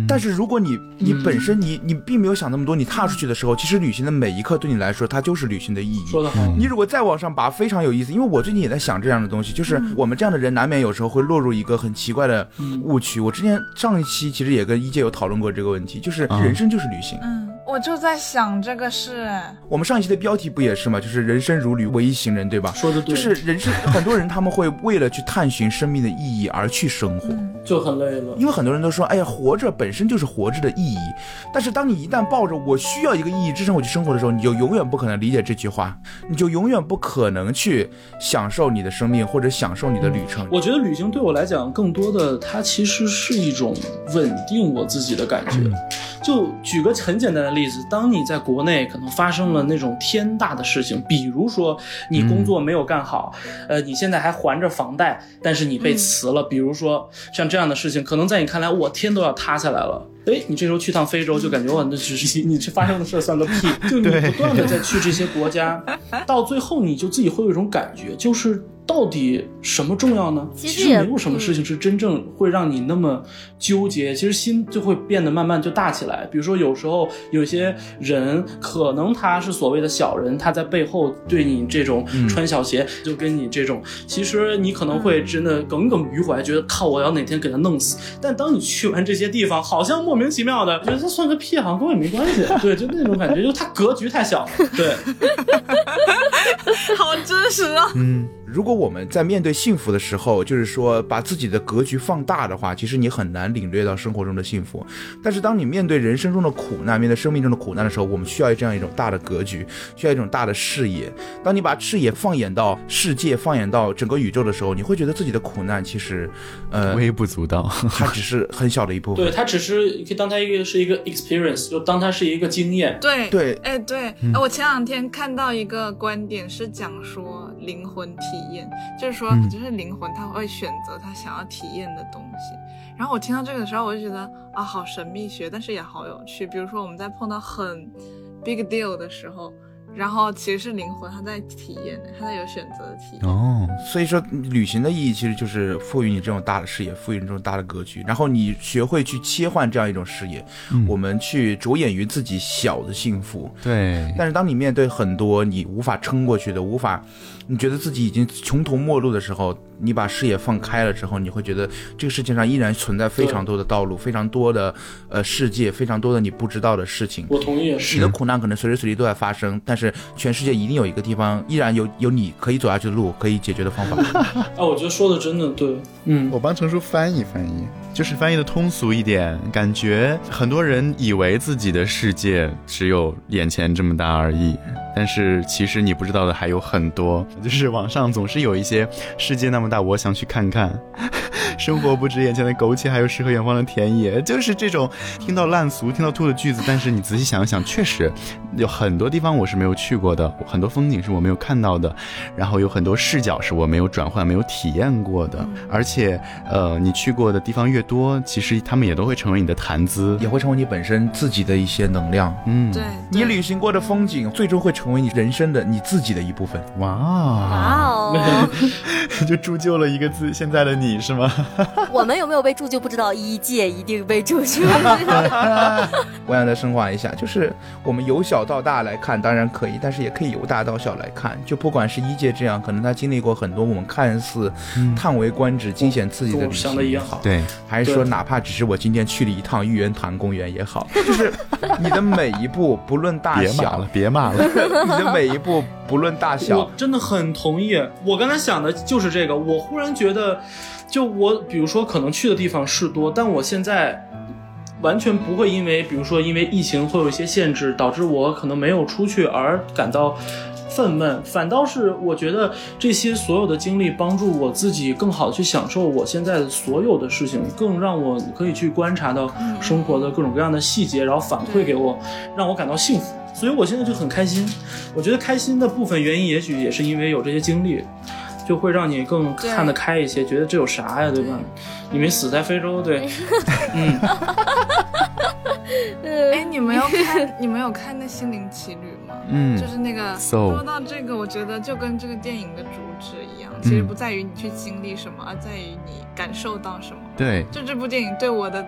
S2: 但是如果你你本身你你并没有想那么多，你踏出去的时候，其实旅行的每一刻对你来说，它就是旅行的意义。
S4: 说得好。
S2: 你如果再往上拔，非常有意思，因为我最近也在想这样的东西，就是我们这样的人难免有时候会落入一个很奇怪的误区。我之前上一期其实也跟一姐有讨论过这个问题，就是
S1: 嗯
S2: 人生就是旅行。
S5: 嗯，我就在想这个事，哎，
S2: 我们上一期的标题不也是嘛，就是人生如旅，唯一行人，对吧？
S4: 说的对，
S2: 就是人生，很多人他们会为了去探寻生命的意义而去生活，
S4: 就很累了。
S2: 因为很多人都说，哎呀，活着本身就是活着的意义。但是当你一旦抱着我需要一个意义支撑我去生活的时候，你就永远不可能理解这句话，你就永远不可能去享受你的生命或者享受你的旅程。
S4: 我觉得旅行对我来讲，更多的它其实是一种稳定我自己的感觉。就举个很简单的例子，当你在国内可能发生了那种天大的事情，比如说你工作没有干好，呃，你现在还还着房贷，但是你被辞了，比如说像这样的事情，可能在你看来，我天都要塌下来了。哎，你这时候去趟非洲，就感觉哇，那只是你这发生的事儿算个屁。就你不断的在去这些国家， 到最后你就自己会有一种感觉，就是到底什么重要呢？
S3: 其
S4: 其
S3: 实
S4: 实
S3: 也嗯
S4: 没有什么事情是真正会让你那么纠结，其实心就会变得慢慢就大起来。比如说，有时候有些人可能他是所谓的小人，他在背后对你这种穿小鞋，就跟你这种，其实你可能会真的耿耿于怀，觉得靠，我要哪天给他弄死。但当你去完这些地方，好像莫名其妙的觉得他算个屁，好像跟我也没关系。对，就那种感觉，就他格局太小了。对，
S5: 好真实啊！
S1: 嗯，
S2: 如果我们在面对幸福的时候，就是说把自己的格局放大的话，其实你很难领略到生活中的幸福。但是当你面对人生中的苦难、面对生命中的苦难的时候，我们需要这样一种大的格局，需要一种大的视野。当你把视野放眼到世界、放眼到整个宇宙的时候，你会觉得自己的苦难其实，
S4: 啊
S2: 呃，
S1: 微不足道。
S2: 它只是很小的一部
S4: 对，
S2: 分。
S4: 它只是可以当它一个是一个 experience，就当它是一个经验。
S5: 对
S2: 对
S5: 哎对，
S1: 嗯
S5: 哎、我前两天看到一个观点是讲说灵魂体验，就是说
S1: 嗯
S5: 就是灵魂他会选择他想要体验的东西。然后我听到这个的时候，我就觉得啊，好神秘学，但是也好有趣。比如说我们在碰到很 big deal 的时候，然后其实是灵魂他在体验，他在有选择的体 验。
S1: 哦，
S2: 所以说，旅行的意义其实就是赋予你这种大的视野，赋予你这种大的格局，然后你学会去切换这样一种视野，
S1: 嗯
S2: 我们去着眼于自己小的幸福。
S1: 对，
S2: 但是当你面对很多你无法撑过去的、无法，你觉得自己已经穷途末路的时候，你把视野放开了之后，你会觉得这个世界上依然存在非常多的道路、非常多的呃世界、非常多的你不知道的事情。
S4: 我同意，
S2: 你的苦难可能随时随地都在发生，但是全世界一定有一个地方依然有有你可以走下去的路，可以解决的方法。
S4: 哎，我觉得说的真的对，嗯，
S1: 我帮程叔翻译翻译，就是翻译的通俗一点，感觉很多人以为自己的世界只有眼前这么大而已，但是其实你不知道的还有很多。 就是网上总是有一些世界那么大，我想去看看。生活不止眼前的苟且，还有诗和远方的田野，就是这种听到烂俗、听到吐的句子。但是你仔细想一想，确实有很多地方我是没有去过的，很多风景是我没有看到的，然后有很多视角是我没有转换、没有体验过的。而且，呃，你去过的地方越多，其实他们也都会成为你的谈资。
S2: 也会成为你本身自己的一些能量。
S1: 嗯，
S5: 对，
S2: 你
S5: 对
S2: 旅行过的风景，最终会成为你人生的你自己的一部分。
S1: 哇，
S3: 哇哦，
S1: 就铸就了一个自现在的你是吗？
S3: 我们有没有被住就不知道，一届一定被住就。
S2: 我想再升华一下，就是我们由小到大来看，当然可以，但是也可以由大到小来看。就不管是一姐这样，可能她经历过很多我们看似叹为观止、惊险刺激的
S4: 跟
S2: 旅
S4: 我
S2: 行
S4: 想的一
S2: 也
S4: 样
S2: 好，
S1: 嗯对，
S2: 还是说
S4: 对
S2: 哪怕只是我今天去了一趟玉渊潭公园 也好，就是你的每一步，不论大
S1: 别骂
S2: 小
S1: 了，，别骂了。
S2: 你的每一步，不论大小
S4: 我，真的很同意。我刚才想的就是这个，我忽然觉得，就我比如说可能去的地方是多，但我现在完全不会因为，比如说因为疫情会有一些限制，导致我可能没有出去而感到。愤懑，反倒是我觉得这些所有的经历帮助我自己更好地去享受我现在的所有的事情，更让我可以去观察到生活的各种各样的细节，然后反馈给我，让我感到幸福。所以我现在就很开心，我觉得开心的部分原因，也许也是因为有这些经历，就会让你更
S5: 对
S4: 看得开一些，觉得这有啥呀，对吧？你没死在非洲，对，嗯，
S5: 哎，你们有看 你们有看那《心灵奇旅》吗？
S1: 嗯
S5: 就是那个
S1: So
S5: 说到这个，我觉得就跟这个电影的主旨一样，其实
S1: 嗯
S5: 不在于你去经历什么，而在于你感受到什么。
S1: 对，
S5: 就这部电影对我的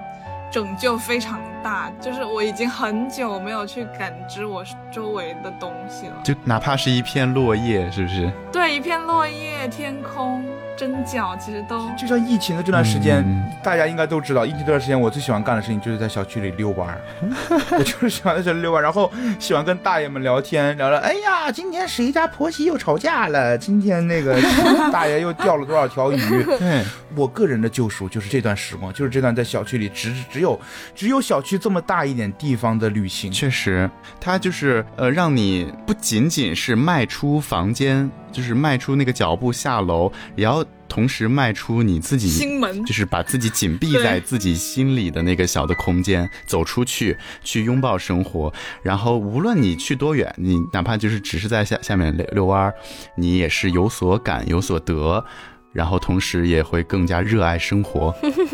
S5: 拯救非常大，就是我已经很久没有去感知我周围的东西了。
S1: 就哪怕是一片落叶，是不是？
S5: 对，一片落叶、天空、针脚，其实都
S2: 就像疫情的这段时间，
S1: 嗯
S2: 大家应该都知道，疫情这段时间我最喜欢干的事情就是在小区里遛 弯儿，我就是喜欢在小区里遛弯儿，然后喜欢跟大爷们聊天，聊聊，哎呀，今天谁家婆媳又吵架了，今天那个大爷又钓了多少条鱼。
S1: 对，
S2: 我个人的救赎就是这段时光，就是这段在小区里只只有只有小区这么大一点地方的旅行。
S1: 确实，它就是呃，让你不仅仅是迈出房间，就是迈出那个脚步下楼，也要同时迈出你自己
S5: 心门
S1: 就是把自己紧闭在
S5: 对
S1: 自己心里的那个小的空间，走出去，去拥抱生活。然后，无论你去多远，你哪怕就是只是在下下面遛遛弯儿，你也是有所感有所得，然后同时也会更加热爱生活。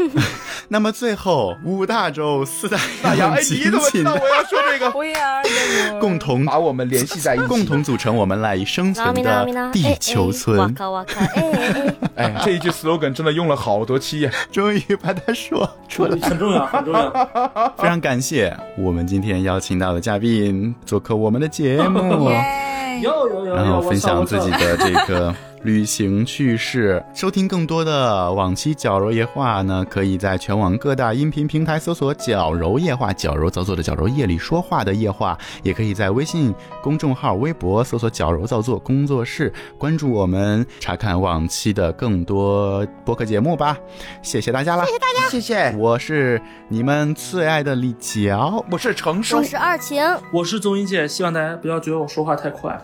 S1: 那么最后，五大洲四大
S2: 大洋，
S1: 洋
S2: 哎，你怎么知道我要说 这个？
S5: We are the world
S1: 共同
S2: 把我们联系在一起，
S1: 共同组成我们赖以生存的地球
S3: 哎哇
S1: 村。
S3: 咔哇咔，哎哎，
S2: 哎，这一句 slogan 真的用了好多期呀。
S1: 终于把它说出 来，
S4: 很重要，很重要。
S1: 非常感谢我们今天邀请到的嘉宾做客我们的节目。
S5: 耶
S4: 有有有
S1: 然
S4: 有，
S1: 后
S4: 我
S1: 分
S4: 操
S1: 享
S4: 哎我
S1: 自己
S4: 操
S1: 的这 个旅行趣事。收听更多的往期《矫揉夜话》呢，可以在全网各大音频平台搜索“矫揉夜话”，矫揉造作的矫揉，夜里说话的夜话，也可以在微信公众号、微博搜索“矫揉造作工作室”，关注我们，查看往期的更多播客节目吧。谢谢大家啦！谢谢大
S2: 谢谢，
S1: 我是你们最爱的李矫，
S2: 我是程叔
S3: 我。是二晴，
S4: 我是综艺界，希望大家不要觉得我说话太快，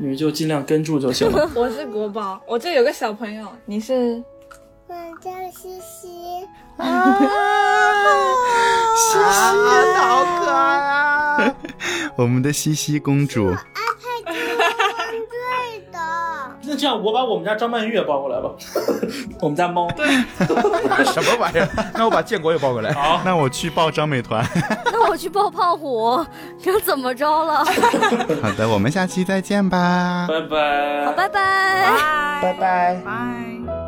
S4: 你们就尽量跟住就行 了。
S5: 我是国宝，我这有个小朋友，你是
S7: 我叫西西，
S1: 啊
S7: 哦
S2: 好可爱啊！
S1: 我们的西西公主。
S7: 对的，
S4: 那这样，我把我们家张曼玉也抱过来吧， 我们家猫。
S2: 什么玩意儿？那我把建国也抱过来。
S4: 好，
S1: 那我去报张美团。
S3: 那我去抱胖虎，这怎么着了？
S1: 好的，我们下期再见吧。
S4: 拜拜。
S3: 好，拜拜。
S5: 拜
S2: 拜。
S5: 拜。